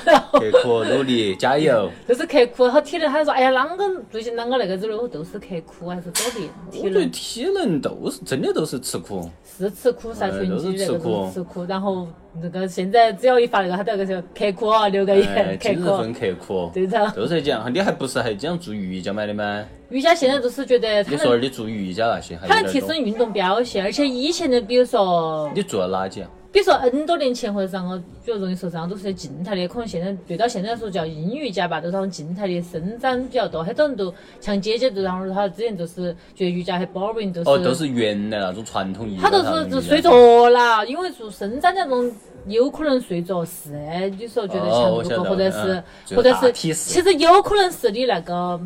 [SPEAKER 2] 然后
[SPEAKER 3] 刻苦努力加油。
[SPEAKER 2] 就是刻苦，他体能他就说哎呀啷个最近啷个那个子的，我都是刻苦，还是多练体
[SPEAKER 3] 我觉得
[SPEAKER 2] 能，
[SPEAKER 3] 体能都是真的都是吃苦，
[SPEAKER 2] 是吃苦噻，
[SPEAKER 3] 哎
[SPEAKER 2] 拳
[SPEAKER 3] 都是
[SPEAKER 2] 击那个
[SPEAKER 3] 吃苦
[SPEAKER 2] 是吃苦，然后那个现在只要一发那个，他那个就刻苦啊，留个
[SPEAKER 3] 哎，
[SPEAKER 2] 言刻
[SPEAKER 3] 今日份
[SPEAKER 2] 苦。
[SPEAKER 3] 刻苦，
[SPEAKER 2] 对头
[SPEAKER 3] 都是这样。你还不是还经常做瑜伽买的吗？
[SPEAKER 2] 瑜伽现在就是觉得它
[SPEAKER 3] 你说
[SPEAKER 2] 能
[SPEAKER 3] 你做瑜伽那些还
[SPEAKER 2] 它能
[SPEAKER 3] 有
[SPEAKER 2] 提
[SPEAKER 3] 点多
[SPEAKER 2] 升。运动表现，而且以前的比如说
[SPEAKER 3] 你做了哪几样？
[SPEAKER 2] 比如说 N 多年前或者上个比较容易受伤，都是些静态的，可能现在对到现在来说叫阴瑜伽吧，都是那种静态的伸展比较多。很多人都像姐姐，就然后她之前就是觉得瑜伽很 boring，就是、
[SPEAKER 3] 哦，都是原来那种传统瑜伽
[SPEAKER 2] 她
[SPEAKER 3] 上
[SPEAKER 2] 都
[SPEAKER 3] 的
[SPEAKER 2] 是
[SPEAKER 3] 瑜伽。
[SPEAKER 2] 就睡着了，因为做伸展那种有可能睡着是，有时候觉得
[SPEAKER 3] 哦我
[SPEAKER 2] 强
[SPEAKER 3] 晓
[SPEAKER 2] 度
[SPEAKER 3] 得
[SPEAKER 2] 高，或者
[SPEAKER 3] 嗯
[SPEAKER 2] 是、
[SPEAKER 3] 就
[SPEAKER 2] 或者
[SPEAKER 3] 大
[SPEAKER 2] 是
[SPEAKER 3] 体式
[SPEAKER 2] 其实有可能是你那个。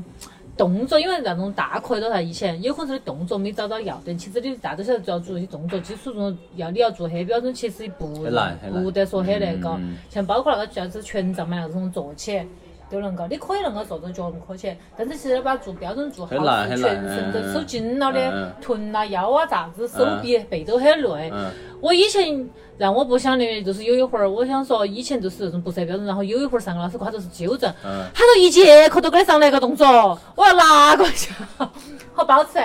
[SPEAKER 2] 动作，因为那种大课都在以前，有可能是你动作没找到要点。其实你大多晓得就要做一些动作，基础中要你要做很标准，其实不
[SPEAKER 3] 很难很难
[SPEAKER 2] 不得说很那个。
[SPEAKER 3] 嗯
[SPEAKER 2] 像包括那个叫子权杖嘛，那种坐起都能够，你可以能够坐着脚可起，但是其实把它做标准做好
[SPEAKER 3] 很难
[SPEAKER 2] 是
[SPEAKER 3] 很
[SPEAKER 2] 全
[SPEAKER 3] 难
[SPEAKER 2] 身的
[SPEAKER 3] 嗯
[SPEAKER 2] 手筋了
[SPEAKER 3] 嗯
[SPEAKER 2] 的
[SPEAKER 3] 嗯，
[SPEAKER 2] 臀啊、腰啊、啥子、手臂、背都很累。
[SPEAKER 3] 嗯
[SPEAKER 2] 我以前让我不想的，就是有一会儿，我想说以前就是那种不设标准，然后有一会儿上个老师课，他就是纠正，
[SPEAKER 3] 嗯
[SPEAKER 2] 他说一节课都给你上那个动作，我要拿过去，好保持。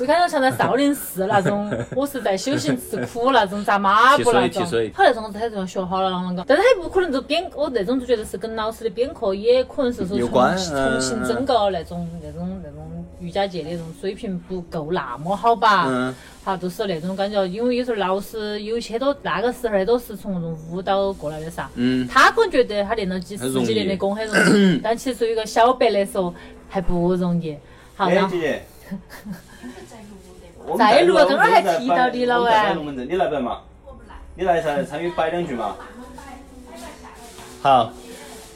[SPEAKER 2] 就感觉像在少林寺那种， 我是在修行吃苦那种扎马步那种
[SPEAKER 3] 提水提水。
[SPEAKER 2] 他那种他这种学好了啷个，但是他不可能就编，我那种就觉得是跟老师的编课也可能是说
[SPEAKER 3] 有
[SPEAKER 2] 重
[SPEAKER 3] 关
[SPEAKER 2] 新
[SPEAKER 3] 嗯
[SPEAKER 2] 重新整个那种那种那种瑜伽界的那种水平不够那么好吧。
[SPEAKER 3] 嗯，
[SPEAKER 2] 好，就是那种感觉，因为有时候老师有些都那个时候的都是从那种舞蹈过来的噻。
[SPEAKER 3] 嗯。
[SPEAKER 2] 他可能觉得他练了几
[SPEAKER 3] 很
[SPEAKER 2] 十
[SPEAKER 3] 容易
[SPEAKER 2] 几年的功很容易，但其实对于一个小白来说还不容易。好，然后
[SPEAKER 4] 姐，我们
[SPEAKER 2] 在录啊
[SPEAKER 4] 我们
[SPEAKER 2] 刚刚还
[SPEAKER 4] 在
[SPEAKER 2] 提
[SPEAKER 4] 摆
[SPEAKER 2] 到你了
[SPEAKER 4] 我们在
[SPEAKER 2] 喂
[SPEAKER 4] 摆龙门阵，你来摆嘛？你来噻，参与摆两句嘛。
[SPEAKER 3] 好，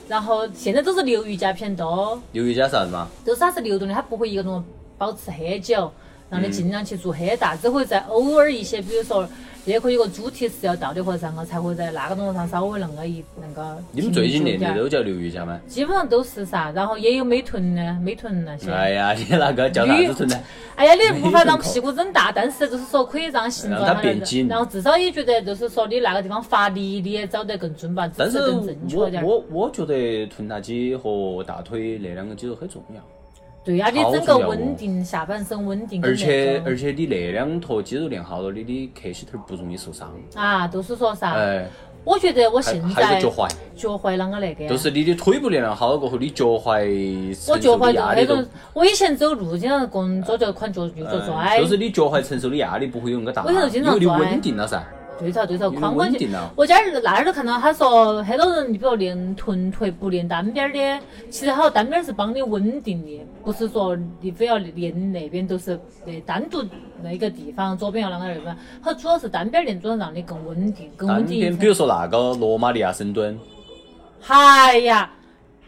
[SPEAKER 2] 然后现在都是流瑜伽偏多，
[SPEAKER 3] 刘瑜伽啥子嘛？
[SPEAKER 2] 都是它是流动的，它不会一个动作保持很久，让你尽量去做很大，只会在偶尔一些，比如说那个有个主题是要到的或者啥个，才会在那个动作上稍微恁个一恁个。
[SPEAKER 3] 你们最近练的
[SPEAKER 2] 都
[SPEAKER 3] 都叫刘瑜伽吗？
[SPEAKER 2] 基本上都是啥，然后也有美臀呢，美臀那些。
[SPEAKER 3] 哎呀，你那个叫啥子存在？
[SPEAKER 2] 哎呀，你无法让屁股增大，但是就是说可以让形状
[SPEAKER 3] 让它变紧
[SPEAKER 2] 然后至少也觉得就是说你那个地方发力，你也找得更准吧，
[SPEAKER 3] 但
[SPEAKER 2] 姿势
[SPEAKER 3] 是
[SPEAKER 2] 更正确
[SPEAKER 3] 我
[SPEAKER 2] 点儿。
[SPEAKER 3] 我我觉得臀大肌和大腿那两个肌肉很重要，
[SPEAKER 2] 对呀、你
[SPEAKER 3] 好
[SPEAKER 2] 整
[SPEAKER 3] 重
[SPEAKER 2] 个
[SPEAKER 3] 要哦
[SPEAKER 2] 稳定，下半身稳定跟
[SPEAKER 3] 而
[SPEAKER 2] 那种，
[SPEAKER 3] 且而且你那两坨肌肉练好了，你的客膝头不容易受伤。
[SPEAKER 2] 啊，都是说啥？
[SPEAKER 3] 哎，
[SPEAKER 2] 我觉得我
[SPEAKER 3] 还
[SPEAKER 2] 现
[SPEAKER 3] 还
[SPEAKER 2] 在
[SPEAKER 3] 有脚踝，
[SPEAKER 2] 脚踝啷个那个呀？
[SPEAKER 3] 就是你的腿部力量好了过后，你脚踝
[SPEAKER 2] 我
[SPEAKER 3] 承
[SPEAKER 2] 脚
[SPEAKER 3] 受
[SPEAKER 2] 踝
[SPEAKER 3] 的
[SPEAKER 2] 就
[SPEAKER 3] 压
[SPEAKER 2] 那
[SPEAKER 3] 力
[SPEAKER 2] 种
[SPEAKER 3] 都，，
[SPEAKER 2] 我以前走路经常拱左脚宽，左右脚
[SPEAKER 3] 嗯
[SPEAKER 2] 拽，
[SPEAKER 3] 就是你脚踝承受的压力不会有那个大，
[SPEAKER 2] 我有时候经
[SPEAKER 3] 因
[SPEAKER 2] 常
[SPEAKER 3] 为你
[SPEAKER 2] 拽
[SPEAKER 3] 稳定了�噻。
[SPEAKER 2] 对头对头，
[SPEAKER 3] 你
[SPEAKER 2] 宽宽
[SPEAKER 3] 稳定啊了
[SPEAKER 2] 我家儿那儿都看到，他说很多人，你比如练臀腿不练单边儿的，其实好单边儿是帮你稳定的，不是说你非要练那边都是呃单独那一个地方，左边要啷个那边，好主要是单边儿练，主要让你更稳定，更
[SPEAKER 3] 单
[SPEAKER 2] 稳定一
[SPEAKER 3] 边，
[SPEAKER 2] 层
[SPEAKER 3] 比如说那个罗马尼亚深蹲，
[SPEAKER 2] 哎呀，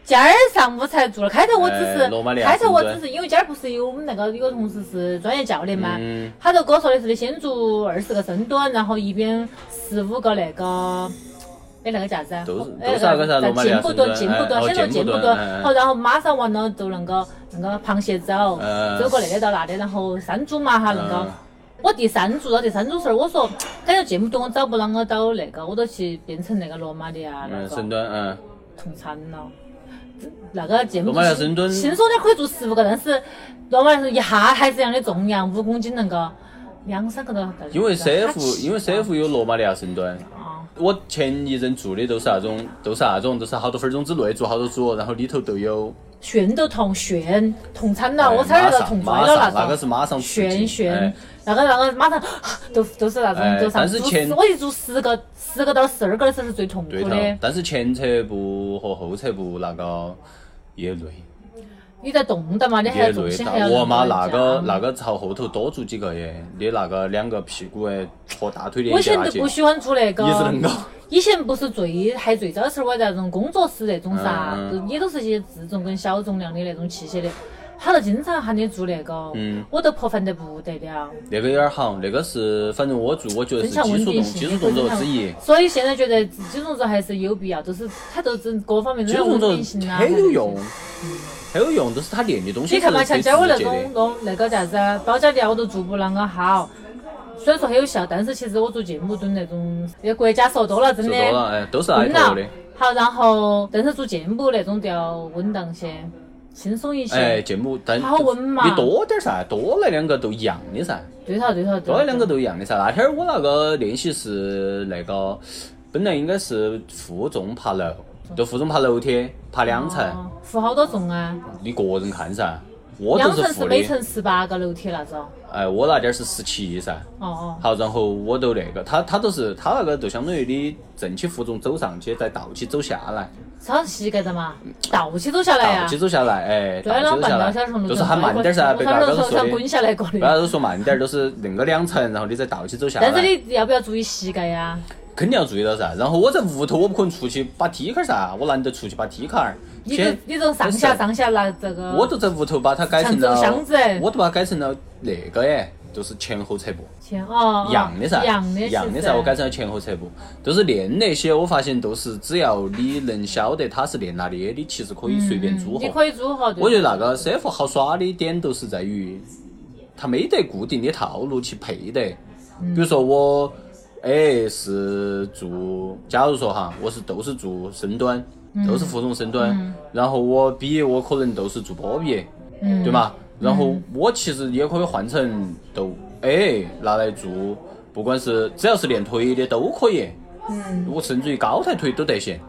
[SPEAKER 2] 今儿上午才做了，开头我只是、
[SPEAKER 3] 哎罗马尼亚
[SPEAKER 2] 开头我只
[SPEAKER 3] 深
[SPEAKER 2] 是因为今儿不是有我们那个有个同事是专业教练嘛，
[SPEAKER 3] 嗯
[SPEAKER 2] 他就跟我说的是先做二十个深蹲，然后一边十五个那个。哎，那个叫啥子啊？
[SPEAKER 3] 都是
[SPEAKER 2] 哎
[SPEAKER 3] 都是那个啥罗马尼亚
[SPEAKER 2] 进步蹲，进
[SPEAKER 3] 深蹲
[SPEAKER 2] 步蹲，
[SPEAKER 3] 哎
[SPEAKER 2] 先做
[SPEAKER 3] 哦
[SPEAKER 2] 进步
[SPEAKER 3] 进步
[SPEAKER 2] 蹲
[SPEAKER 3] 蹲哎，哎
[SPEAKER 2] 好，然后马上完了就那个那个螃蟹走，
[SPEAKER 3] 嗯
[SPEAKER 2] 走过那里到那里，然后三组嘛哈那个
[SPEAKER 3] 嗯，
[SPEAKER 2] 我第三组到第三组时候，我说感觉进不动，我找不啷个到那个，我都去变成那个罗马的啊，那
[SPEAKER 3] 嗯，
[SPEAKER 2] 个
[SPEAKER 3] 深蹲，嗯，
[SPEAKER 2] 痛惨了。那个健步
[SPEAKER 3] 罗马尼亚深蹲
[SPEAKER 2] 轻松点可以做十五个，但是罗马尼亚是一下还是一样的重量，五公斤能够两三个都要到。
[SPEAKER 3] 因为
[SPEAKER 2] 哈气
[SPEAKER 3] CF 因为 CF 有罗马尼亚深蹲。
[SPEAKER 2] 啊，
[SPEAKER 3] 我前一阵做的都是那种，都是那种，都是好多分钟之内做好多组，然后里头都有。
[SPEAKER 2] 旋都痛，旋痛惨了，
[SPEAKER 3] 哎
[SPEAKER 2] 啊我差点
[SPEAKER 3] 马
[SPEAKER 2] 要
[SPEAKER 3] 上
[SPEAKER 2] 痛
[SPEAKER 3] 马
[SPEAKER 2] 摔了
[SPEAKER 3] 上
[SPEAKER 2] 那
[SPEAKER 3] 那个是
[SPEAKER 2] 种。
[SPEAKER 3] 马上刺激
[SPEAKER 2] 旋旋
[SPEAKER 3] 哎，
[SPEAKER 2] 那个那个马上 都都是那种
[SPEAKER 3] 哎
[SPEAKER 2] 都上
[SPEAKER 3] 但是
[SPEAKER 2] 做
[SPEAKER 3] 前
[SPEAKER 2] 我一做十个十个到十二个的时候是最痛苦
[SPEAKER 3] 对头
[SPEAKER 2] 的。，
[SPEAKER 3] 但是前侧部和后侧部那个也累，
[SPEAKER 2] 你在动的嘛，你还
[SPEAKER 3] 也
[SPEAKER 2] 要重
[SPEAKER 3] 累。
[SPEAKER 2] 心还要
[SPEAKER 3] 但我妈
[SPEAKER 2] 人家
[SPEAKER 3] 那个那个朝后头多做几个耶，你那个两个屁股哎和大腿
[SPEAKER 2] 我
[SPEAKER 3] 连
[SPEAKER 2] 以
[SPEAKER 3] 接
[SPEAKER 2] 前
[SPEAKER 3] 那
[SPEAKER 2] 就
[SPEAKER 3] 些，
[SPEAKER 2] 不喜欢做那个，
[SPEAKER 3] 一直能搞。
[SPEAKER 2] 以前不是最还最早的时候，我在那种工作室那种噻，
[SPEAKER 3] 嗯
[SPEAKER 2] 就也都是一些自重跟小重量的那种器械的，他就经常喊你做那个，
[SPEAKER 3] 嗯
[SPEAKER 2] 我都破烦得不得了，
[SPEAKER 3] 那个有点儿好，那个是反正我做，我觉得
[SPEAKER 2] 增
[SPEAKER 3] 是
[SPEAKER 2] 强
[SPEAKER 3] 基
[SPEAKER 2] 稳
[SPEAKER 3] 础动
[SPEAKER 2] 定性，
[SPEAKER 3] 基础动作之一。
[SPEAKER 2] 所以现在觉得自己动作还是有必要，就是它都是各方面都
[SPEAKER 3] 基
[SPEAKER 2] 有
[SPEAKER 3] 础
[SPEAKER 2] 稳
[SPEAKER 3] 动
[SPEAKER 2] 定性
[SPEAKER 3] 作
[SPEAKER 2] 啊，
[SPEAKER 3] 很
[SPEAKER 2] 还
[SPEAKER 3] 有
[SPEAKER 2] 是
[SPEAKER 3] 用，很有用，都是他练的东西
[SPEAKER 2] 你看嘛，
[SPEAKER 3] 才是
[SPEAKER 2] 像
[SPEAKER 3] 最
[SPEAKER 2] 今儿我那
[SPEAKER 3] 直
[SPEAKER 2] 种
[SPEAKER 3] 接的。
[SPEAKER 2] 弄那个叫啥子啊包夹吊我都做不啷个好，虽然说很有效，但是其实我做健步蹲那种，那国家说多了，真
[SPEAKER 3] 说
[SPEAKER 2] 的。
[SPEAKER 3] 多了，哎，都是挨
[SPEAKER 2] 稳
[SPEAKER 3] 头
[SPEAKER 2] 了
[SPEAKER 3] 的。。
[SPEAKER 2] 好，然后但是做健步那种就要稳当些，轻松一些。
[SPEAKER 3] 哎，节目但
[SPEAKER 2] 好稳嘛
[SPEAKER 3] 你多点儿噻，多来两个都一样的噻，
[SPEAKER 2] 对头对头对头。
[SPEAKER 3] 多来两个都一样的噻。那天儿我那个练习是那个，本来应该是负重爬楼，就负重爬楼梯，爬两层，
[SPEAKER 2] 哦。负好多重啊？
[SPEAKER 3] 你个人看噻。我
[SPEAKER 2] 两
[SPEAKER 3] 都是
[SPEAKER 2] 层是
[SPEAKER 3] 负
[SPEAKER 2] 每
[SPEAKER 3] 的，
[SPEAKER 2] 层十八个楼梯那种。
[SPEAKER 3] 哎，我那点儿是十七噻。
[SPEAKER 2] 哦哦。
[SPEAKER 3] 好，然后我都那个，他他都是他那个就相当于你正起负重走上去，再倒起走下来，
[SPEAKER 2] 伤膝盖的嘛，倒起走下来呀、
[SPEAKER 3] 倒起走下来，哎，
[SPEAKER 2] 啊对了，
[SPEAKER 3] 倒起走下
[SPEAKER 2] 半
[SPEAKER 3] 来
[SPEAKER 2] 条小时，
[SPEAKER 3] 就是喊慢点儿噻，
[SPEAKER 2] 我
[SPEAKER 3] 被
[SPEAKER 2] 小
[SPEAKER 3] 大
[SPEAKER 2] 时
[SPEAKER 3] 家
[SPEAKER 2] 候
[SPEAKER 3] 都
[SPEAKER 2] 说
[SPEAKER 3] 说
[SPEAKER 2] 想
[SPEAKER 3] 的
[SPEAKER 2] 滚。下来过
[SPEAKER 3] 不要
[SPEAKER 2] 的。
[SPEAKER 3] 都说慢点，儿，都是恁个两层，然后你再倒起走下来。
[SPEAKER 2] 但是你要不要注意膝盖啊呀、
[SPEAKER 3] 肯定要注意到噻。然后我在屋头，我不可能出去把梯坎儿噻，我难得出去把梯坎儿。
[SPEAKER 2] 你这
[SPEAKER 3] 先
[SPEAKER 2] 你这种上
[SPEAKER 3] 先
[SPEAKER 2] 下上下拿这个，
[SPEAKER 3] 我都在屋头把它改成
[SPEAKER 2] 像
[SPEAKER 3] 了
[SPEAKER 2] 走箱子
[SPEAKER 3] 我都把它改成了那个耶，就是前后侧步。
[SPEAKER 2] 天哦，
[SPEAKER 3] 一样的噻，
[SPEAKER 2] 一样的，
[SPEAKER 3] 一样的
[SPEAKER 2] 其
[SPEAKER 3] 噻，
[SPEAKER 2] 实
[SPEAKER 3] 我改成了前后侧步，就是练那些，我发现都是只要你能晓得它是练哪里，你其实可以随便组
[SPEAKER 2] 嗯你
[SPEAKER 3] 合。
[SPEAKER 2] 可以组合。对
[SPEAKER 3] 我觉得那个 CF 好耍的点都是在于，它没得固定的套路去配的。比如说我，哎，是做，假如说哈，我是都是做深蹲，都是负重深蹲，然后我比我可能都是做波比，对嘛？然后我其实也可以换成都，哎，拿来做，不管是只要是练腿的都可以，嗯，我甚至于高抬腿都得行。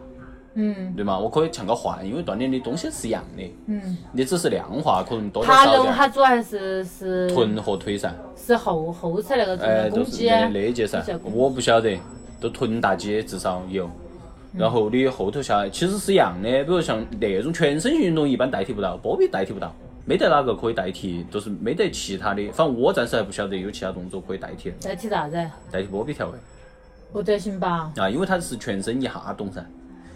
[SPEAKER 2] 嗯
[SPEAKER 3] 对嘛？我可以强个换，因为锻炼的东西是一样的，
[SPEAKER 2] 嗯，
[SPEAKER 3] 你只是量化可能多多
[SPEAKER 2] 爬
[SPEAKER 3] 少
[SPEAKER 2] 楼
[SPEAKER 3] 点
[SPEAKER 2] 它
[SPEAKER 3] 儿。
[SPEAKER 2] 主要还是是
[SPEAKER 3] 臀和腿噻，
[SPEAKER 2] 是后后侧那个重
[SPEAKER 3] 哎，
[SPEAKER 2] 量
[SPEAKER 3] 都
[SPEAKER 2] 攻
[SPEAKER 3] 是
[SPEAKER 2] 击，啊
[SPEAKER 3] 那那一节噻
[SPEAKER 2] 比较，攻击
[SPEAKER 3] 我不晓得，都臀大肌至少有。
[SPEAKER 2] 嗯
[SPEAKER 3] 然后你后头下来其实是一样的，比如像那种全身性运动一般代替不到，波比代替不到，没得哪个可以代替，就是没得其他的。反正我暂时还不晓得有其他动作可以代替，
[SPEAKER 2] 代替啥子？
[SPEAKER 3] 代替波比跳位。
[SPEAKER 2] 不得行吧？
[SPEAKER 3] 啊，因为它是全身一下动噻。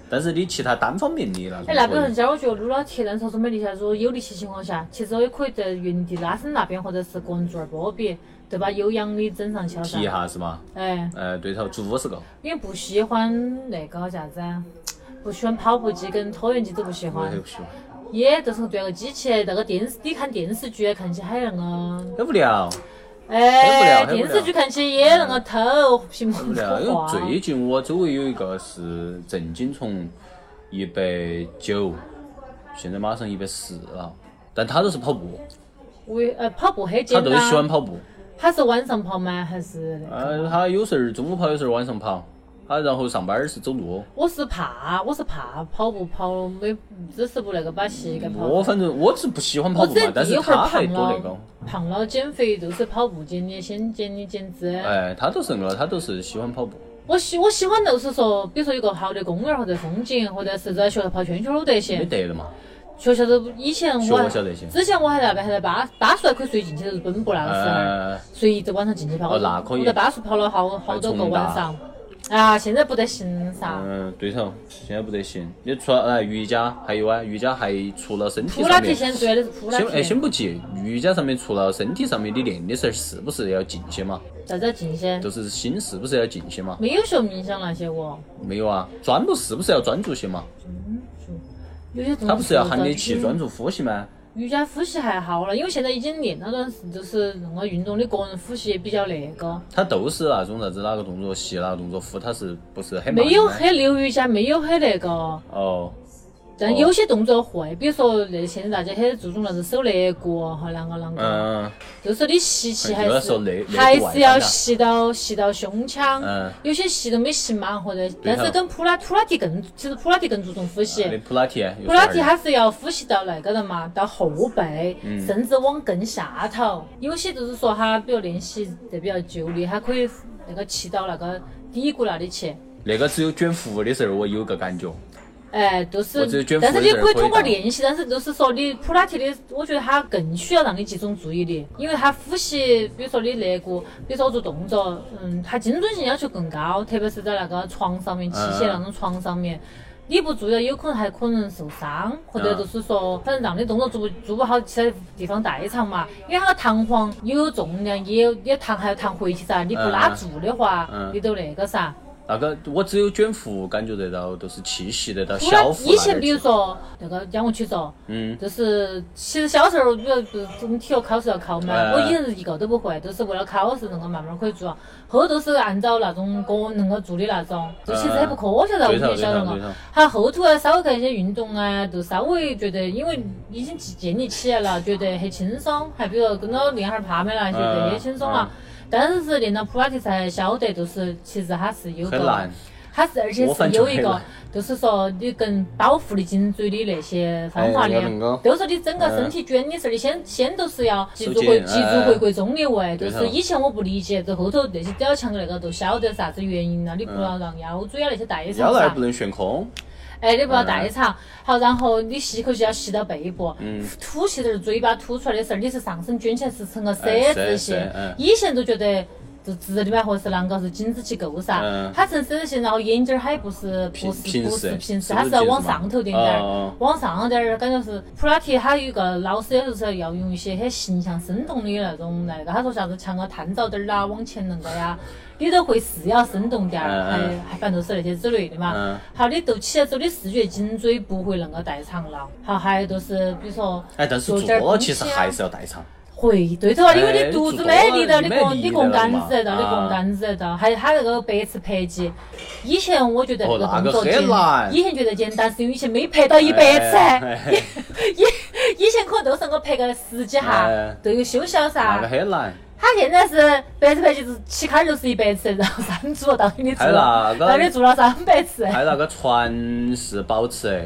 [SPEAKER 3] 但是你其他单方面的那种，
[SPEAKER 2] 哎，那比如说今儿我觉得撸了铁但是说没力气，如果有力气情况下，其实我也可以在原地拉伸那边，或者是个人做点儿波比，对吧？有氧的整上去了噻
[SPEAKER 3] 提一。下是吗？
[SPEAKER 2] 哎，
[SPEAKER 3] 呃，对头，做五十个，
[SPEAKER 2] 因为不喜欢那个啥子啊，不喜欢跑步机跟椭圆机都不喜
[SPEAKER 3] 我
[SPEAKER 2] 欢
[SPEAKER 3] 也，不喜欢，
[SPEAKER 2] 也就是对个机器，那个电视，你看电视剧看起还那个。
[SPEAKER 3] 很无聊，
[SPEAKER 2] 哎，
[SPEAKER 3] 很无聊
[SPEAKER 2] 电视剧看起也那个偷屏幕
[SPEAKER 3] 很无聊。因为最近我周围有一个是正经从一百九，现在马上一百四了，但他都是跑步，
[SPEAKER 2] 为呃跑步很
[SPEAKER 3] 他
[SPEAKER 2] 简
[SPEAKER 3] 都
[SPEAKER 2] 单。
[SPEAKER 3] 是喜欢跑步。
[SPEAKER 2] 他是晚上跑吗？还是那个？
[SPEAKER 3] 呃，他有时候中午跑，有时候晚上跑，他然后上班儿是走路。
[SPEAKER 2] 我是怕，我是怕跑步跑没支持不那个把膝盖跑。
[SPEAKER 3] 我反正我是不喜欢跑
[SPEAKER 2] 我
[SPEAKER 3] 步
[SPEAKER 2] 只
[SPEAKER 3] 嘛，但
[SPEAKER 2] 第一
[SPEAKER 3] 是
[SPEAKER 2] 回
[SPEAKER 3] 他
[SPEAKER 2] 胖
[SPEAKER 3] 还多那个
[SPEAKER 2] 了。，胖了减肥就是跑步减的，先减的减脂。
[SPEAKER 3] 哎，他都是那个，他都是喜欢跑步。
[SPEAKER 2] 我喜我喜欢就是说，比如说有个好的公园或者风景，或者是在学校跑圈圈儿都得
[SPEAKER 3] 没
[SPEAKER 2] 行。
[SPEAKER 3] 得了嘛，
[SPEAKER 2] 学校都以前
[SPEAKER 3] 学
[SPEAKER 2] 我
[SPEAKER 3] 我
[SPEAKER 2] 还
[SPEAKER 3] 晓得行。
[SPEAKER 2] 之前我还在那边还在巴巴蜀还可以随进去，就是奔波那个时候。
[SPEAKER 3] 呃，
[SPEAKER 2] 所以一直晚上进去跑。
[SPEAKER 3] 哦哎那可以
[SPEAKER 2] 我在巴蜀跑了好好多个晚上。啊，现在不得行噻。
[SPEAKER 3] 嗯，对头，现在不得行。你除了哎瑜伽，还有啊，瑜伽还除了身体
[SPEAKER 2] 普拉
[SPEAKER 3] 上
[SPEAKER 2] 提
[SPEAKER 3] 面，
[SPEAKER 2] 现在最爱的是普拉
[SPEAKER 3] 先哎先
[SPEAKER 2] 提，
[SPEAKER 3] 不急，瑜伽上面除了身体上面你练的时候，是不是要静些嘛？
[SPEAKER 2] 啥子要静些？
[SPEAKER 3] 就是心是不是要静些嘛？
[SPEAKER 2] 没有学冥想那些我。
[SPEAKER 3] 没有啊，专注是不是要专注些嘛？
[SPEAKER 2] 有些东西
[SPEAKER 3] 他不是要喊你去专
[SPEAKER 2] 嗯注。
[SPEAKER 3] 注呼吸吗？
[SPEAKER 2] 瑜伽呼吸还好了，因为现在已经练了段时，就是那个运动的个人呼吸也比较那个，
[SPEAKER 3] 他都是那种啥子哪个动作吸哪个动作呼，他是不是哎很慢
[SPEAKER 2] 没有
[SPEAKER 3] 的
[SPEAKER 2] 很流瑜伽，没有很那个。
[SPEAKER 3] 哦，
[SPEAKER 2] 但有些动作会，比如说那现在大家很注重那个手肋骨和啷个啷个，
[SPEAKER 3] 嗯
[SPEAKER 2] 就是你吸气还
[SPEAKER 3] 有的时候
[SPEAKER 2] 是
[SPEAKER 3] 肋肋骨
[SPEAKER 2] 还
[SPEAKER 3] 外
[SPEAKER 2] 是
[SPEAKER 3] 翻
[SPEAKER 2] 要
[SPEAKER 3] 啊
[SPEAKER 2] 吸到吸到胸腔。
[SPEAKER 3] 嗯，
[SPEAKER 2] 有些吸都没吸满，或者但
[SPEAKER 3] 头
[SPEAKER 2] 是跟普拉普拉提更，其实普拉提更注重呼吸。
[SPEAKER 3] 那普拉提，有
[SPEAKER 2] 普拉提
[SPEAKER 3] 啥儿
[SPEAKER 2] 它是要呼吸到那个的嘛，到后背，
[SPEAKER 3] 嗯
[SPEAKER 2] 甚至往更下头。有些就是说他，比如练习得比较久的，他可以那个气到那个底骨那里去。
[SPEAKER 3] 那个只有卷腹的时候我有个感觉。
[SPEAKER 2] 哎，都是
[SPEAKER 3] 我只有卷，腹
[SPEAKER 2] 但是你
[SPEAKER 3] 的时候
[SPEAKER 2] 可以通过
[SPEAKER 3] 可以的
[SPEAKER 2] 练习，但是就是说你普拉提的，我觉得它更需要让你集中注意力，因为它呼吸，比如说你肋骨，比如说我做动作，嗯，它精准性要求更高，特别是在那个床上面，器械
[SPEAKER 3] 嗯
[SPEAKER 2] 那种床上面。你不注意，有可能还可能受伤，或者
[SPEAKER 3] 嗯
[SPEAKER 2] 就是说，反正让你动作做不做不好，其他地方代偿嘛。因为它个弹簧也有重量，也有也弹还要弹回去噻。你不拉
[SPEAKER 3] 嗯
[SPEAKER 2] 住的话，
[SPEAKER 3] 嗯
[SPEAKER 2] 你都那个噻。
[SPEAKER 3] 那个我只有卷腹感觉得到，就是气息得到
[SPEAKER 2] 除了
[SPEAKER 3] 小腹
[SPEAKER 2] 以
[SPEAKER 3] 那
[SPEAKER 2] 前，
[SPEAKER 3] 点
[SPEAKER 2] 比如
[SPEAKER 3] 劲，
[SPEAKER 2] 说那个仰卧起坐，
[SPEAKER 3] 嗯，
[SPEAKER 2] 就是其实小时候，比如不是我们呃体育考试要考嘛，
[SPEAKER 3] 哎
[SPEAKER 2] 我以前是一个都不会，都是为了考试那个慢慢可以做，后头都是按照那种个人能够做的那种，这其实很不科学的，我
[SPEAKER 3] 对
[SPEAKER 2] 们
[SPEAKER 3] 头
[SPEAKER 2] 也
[SPEAKER 3] 哎对
[SPEAKER 2] 晓得
[SPEAKER 3] 头对头
[SPEAKER 2] 了。，他后头啊，稍微看一些运动啊，就稍微觉得，因为已经建立起来了，觉得很轻松，还比如跟着练哈儿帕梅那些，
[SPEAKER 3] 哎
[SPEAKER 2] 就很轻松了。但是是练到普拉提才晓得，就是其实它是有
[SPEAKER 3] 很
[SPEAKER 2] 个
[SPEAKER 3] 难，。
[SPEAKER 2] 它是而且
[SPEAKER 3] 我
[SPEAKER 2] 是
[SPEAKER 3] 反
[SPEAKER 2] 有
[SPEAKER 3] 正
[SPEAKER 2] 一
[SPEAKER 3] 很
[SPEAKER 2] 个
[SPEAKER 3] 懒，
[SPEAKER 2] 就是说你更保护你颈椎的那些方法
[SPEAKER 3] 哎
[SPEAKER 2] 的
[SPEAKER 3] 我能够，
[SPEAKER 2] 就是你整个身体卷的时候，你先先都是要脊
[SPEAKER 3] 收
[SPEAKER 2] 柱
[SPEAKER 3] 紧
[SPEAKER 2] 回脊
[SPEAKER 3] 哎
[SPEAKER 2] 柱回归中立位。就
[SPEAKER 3] 对头
[SPEAKER 2] 是以前我不理解，这后头那些吊强那个都晓得啥子原因了，你不要让腰椎啊那些代偿
[SPEAKER 3] 腰嗯那儿
[SPEAKER 2] 噻
[SPEAKER 3] 不。能悬空，
[SPEAKER 2] 哎，你不要
[SPEAKER 3] 嗯
[SPEAKER 2] 代偿。好，然后你吸口气要吸到背部，吐气的时候嘴巴吐出来的时候，你是上身卷起来是成个 C
[SPEAKER 3] 哎
[SPEAKER 2] 字
[SPEAKER 3] C，
[SPEAKER 2] 形
[SPEAKER 3] C，嗯。
[SPEAKER 2] 以前都觉得就直的嘛，或者是啷个是颈子去够噻
[SPEAKER 3] 嗯，
[SPEAKER 2] 它成 C 字形，然后眼睛儿它也不是不
[SPEAKER 3] 平
[SPEAKER 2] 是
[SPEAKER 3] 平
[SPEAKER 2] 不
[SPEAKER 3] 视
[SPEAKER 2] 是平视，
[SPEAKER 3] 是不
[SPEAKER 2] 它
[SPEAKER 3] 是
[SPEAKER 2] 是要
[SPEAKER 3] 平视
[SPEAKER 2] 往
[SPEAKER 3] 嘛
[SPEAKER 2] 上头点点
[SPEAKER 3] 哦
[SPEAKER 2] 儿，
[SPEAKER 3] 哦
[SPEAKER 2] 往上点儿，感觉是普拉提它有一个老师，有时候要用一些很形象生动的那种那个，他说啥子像个探照灯儿啦，往前那个呀。你都会是要生动点儿，
[SPEAKER 3] 嗯
[SPEAKER 2] 还
[SPEAKER 3] 嗯
[SPEAKER 2] 还反正都是那些之类的嘛。
[SPEAKER 3] 嗯
[SPEAKER 2] 好，你斗起来之后，你视觉颈椎不会那个代偿了。好，还有就是比如说，
[SPEAKER 3] 哎，但是
[SPEAKER 2] 做点儿
[SPEAKER 3] 做
[SPEAKER 2] 东
[SPEAKER 3] 其实
[SPEAKER 2] 西啊
[SPEAKER 3] 还是要代偿。
[SPEAKER 2] 会，对头啊，因为
[SPEAKER 3] 哎
[SPEAKER 2] 你肚子
[SPEAKER 3] 做
[SPEAKER 2] 没
[SPEAKER 3] 多
[SPEAKER 2] 力
[SPEAKER 3] 了
[SPEAKER 2] 道，你
[SPEAKER 3] 没
[SPEAKER 2] 个
[SPEAKER 3] 力
[SPEAKER 2] 你个
[SPEAKER 3] 了
[SPEAKER 2] 杆
[SPEAKER 3] 嘛
[SPEAKER 2] 子得到，你
[SPEAKER 3] 啊
[SPEAKER 2] 个杆子得到，还有他那个白吃白挤。以前我觉得这
[SPEAKER 3] 哦
[SPEAKER 2] 个
[SPEAKER 3] 那
[SPEAKER 2] 动
[SPEAKER 3] 个
[SPEAKER 2] 作
[SPEAKER 3] 很
[SPEAKER 2] 简
[SPEAKER 3] 难，
[SPEAKER 2] 以前觉得简单，是因为以前没拍到一百
[SPEAKER 3] 哎
[SPEAKER 2] 次，以以前可能都是我拍个十几下
[SPEAKER 3] 哎
[SPEAKER 2] 都有休息了
[SPEAKER 3] 那
[SPEAKER 2] 噻
[SPEAKER 3] 个。很难，
[SPEAKER 2] 他现在是八十块钱，就是起开就是一百次，然后三组让你做
[SPEAKER 3] 还哎那
[SPEAKER 2] 了，
[SPEAKER 3] 个
[SPEAKER 2] 让你做了三百次，
[SPEAKER 3] 还那个船是保持的，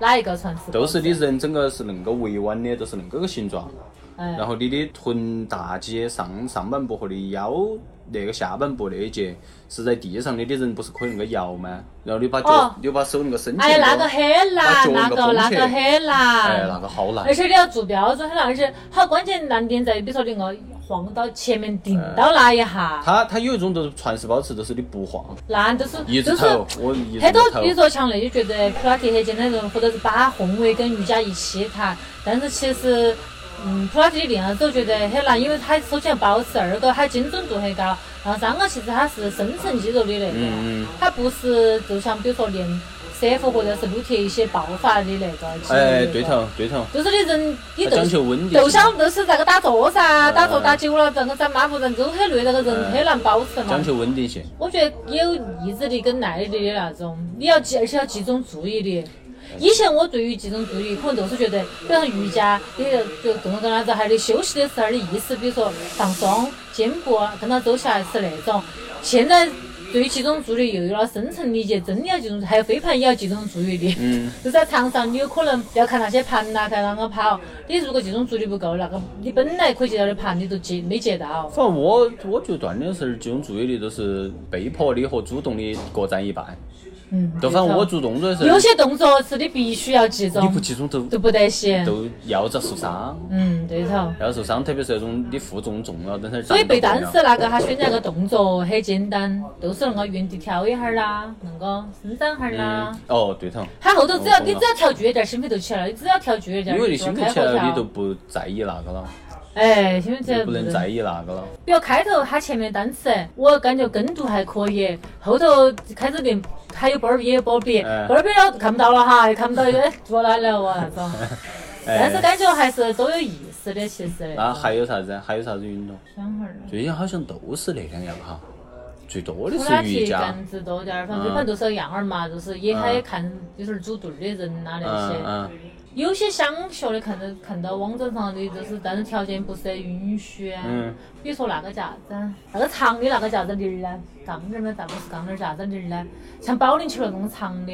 [SPEAKER 2] 哪一个船是？
[SPEAKER 3] 都是你人整个是恁个围弯的，都是恁个个形状。
[SPEAKER 2] 哎，
[SPEAKER 3] 然后你的臀大肌上上半部和你腰那个下半部那一节是在地上的，你的人不是可以那个摇吗？然后你把脚、
[SPEAKER 2] 哦
[SPEAKER 3] 你把手那个伸起来。
[SPEAKER 2] 哎，那个啊很
[SPEAKER 3] 把
[SPEAKER 2] 难，
[SPEAKER 3] 脚
[SPEAKER 2] 那
[SPEAKER 3] 那
[SPEAKER 2] 个
[SPEAKER 3] 个
[SPEAKER 2] 那个
[SPEAKER 3] 绷起
[SPEAKER 2] 很
[SPEAKER 3] 哎，
[SPEAKER 2] 难
[SPEAKER 3] 那。个好难
[SPEAKER 2] 而。且你要做标准很难，而且好关键难点在于，比如说你硬晃到前面顶到那一下，
[SPEAKER 3] 它它有一种就是传式保持，就是你不晃，
[SPEAKER 2] 那就是
[SPEAKER 3] 一
[SPEAKER 2] 就
[SPEAKER 3] 直
[SPEAKER 2] 是
[SPEAKER 3] 头，我一直
[SPEAKER 2] 很多
[SPEAKER 3] 头
[SPEAKER 2] 比。如说像那些觉得普拉提很简单的人，或者是把混位跟瑜伽一起谈，但是其实，嗯，普拉提的练了之后觉得嗯很难，因为它首先要保持，二个它精准度很高，然后三个其实它是深层肌肉的那个，
[SPEAKER 3] 嗯嗯
[SPEAKER 2] 它不是就像比如说练 CF 或者是撸铁一些爆发的那个肌肉、
[SPEAKER 3] 哎，对。头对头，
[SPEAKER 2] 就是你人，你
[SPEAKER 3] 它
[SPEAKER 2] 就
[SPEAKER 3] 讲究温度。
[SPEAKER 2] 就像就是那个打坐
[SPEAKER 3] 哎
[SPEAKER 2] 噻，打坐打久了，然后在马步人都很累，那个人很难保持嘛
[SPEAKER 3] 讲。究稳定性。
[SPEAKER 2] 我觉得有意志力跟耐力的那种，你要集，而且要集中注意
[SPEAKER 3] 哎
[SPEAKER 2] 力。以前我对于集中注意力，可能就是觉得，哎比如说瑜伽，你就动动动了之后，还得休息的时候的意识，比如说放松肩部，跟到走下来是那种。现在对于集中注意力又有了深层理解，真的要集中，还有飞盘也要集中注意力。
[SPEAKER 3] 嗯，
[SPEAKER 2] 就在场上，你有可能要看那些盘呐、看啷个跑。你如果集中注意力不够，那个你本来可以接到的盘，你都接没接到。
[SPEAKER 3] 反正我我觉得锻炼时候集中注意力都是被迫的和主动的各占一半。
[SPEAKER 2] 嗯，
[SPEAKER 3] 就反正我做动作的时候
[SPEAKER 2] 有，些动作是你必须要集
[SPEAKER 3] 你不
[SPEAKER 2] 中，
[SPEAKER 3] 集中都
[SPEAKER 2] 都不得行。
[SPEAKER 3] 都要遭受伤。
[SPEAKER 2] 嗯，对头。
[SPEAKER 3] 要受伤，特别是那种你负重重了，等下
[SPEAKER 2] 所以背单
[SPEAKER 3] 单
[SPEAKER 2] 词那个，他选那个动作很简单，就是恁个原地跳一下儿啦，恁个伸展下儿啦
[SPEAKER 3] 嗯。，哦，对头，
[SPEAKER 2] 他后头只要你
[SPEAKER 3] 我懂了
[SPEAKER 2] 只要跳剧烈点儿，心肺就起来了。你只要跳剧烈点
[SPEAKER 3] 因
[SPEAKER 2] 儿，
[SPEAKER 3] 为你
[SPEAKER 2] 做
[SPEAKER 3] 心
[SPEAKER 2] 了开啊
[SPEAKER 3] 里起
[SPEAKER 2] 合
[SPEAKER 3] 来，
[SPEAKER 2] 跳
[SPEAKER 3] 你都不在意那个了，
[SPEAKER 2] 哎，心肺起
[SPEAKER 3] 就
[SPEAKER 2] 来
[SPEAKER 3] 不能在意那个了。
[SPEAKER 2] 比如开头他前面单词，我感觉跟读还可以，后头开始练还有波儿比，也有波儿比，
[SPEAKER 3] 哎
[SPEAKER 2] 波儿比了看不到了哈，看不到哎坐哪了哇那种，但是
[SPEAKER 3] 哎，
[SPEAKER 2] 感觉还是都有意思的，其实
[SPEAKER 3] 那
[SPEAKER 2] 那种
[SPEAKER 3] 还有啥子？还有啥子运动？
[SPEAKER 2] 想会儿了
[SPEAKER 3] 最近好像都是那两样哈，最多的
[SPEAKER 2] 普拉
[SPEAKER 3] 是
[SPEAKER 2] 提
[SPEAKER 3] 瑜伽。嗯
[SPEAKER 2] 更子多点儿，反正反正都是样儿嘛，就是也还看就是组队的人呐、那些。
[SPEAKER 3] 嗯嗯，
[SPEAKER 2] 有些想学的看到看到网站上的，就是但是条件不是允许啊。
[SPEAKER 3] 嗯
[SPEAKER 2] 比如说那个叫啥子啊，那个长的那个叫啥子铃儿呢？杠铃儿吗？咋不是杠铃儿？叫啥子铃儿呢？像保龄球那种长的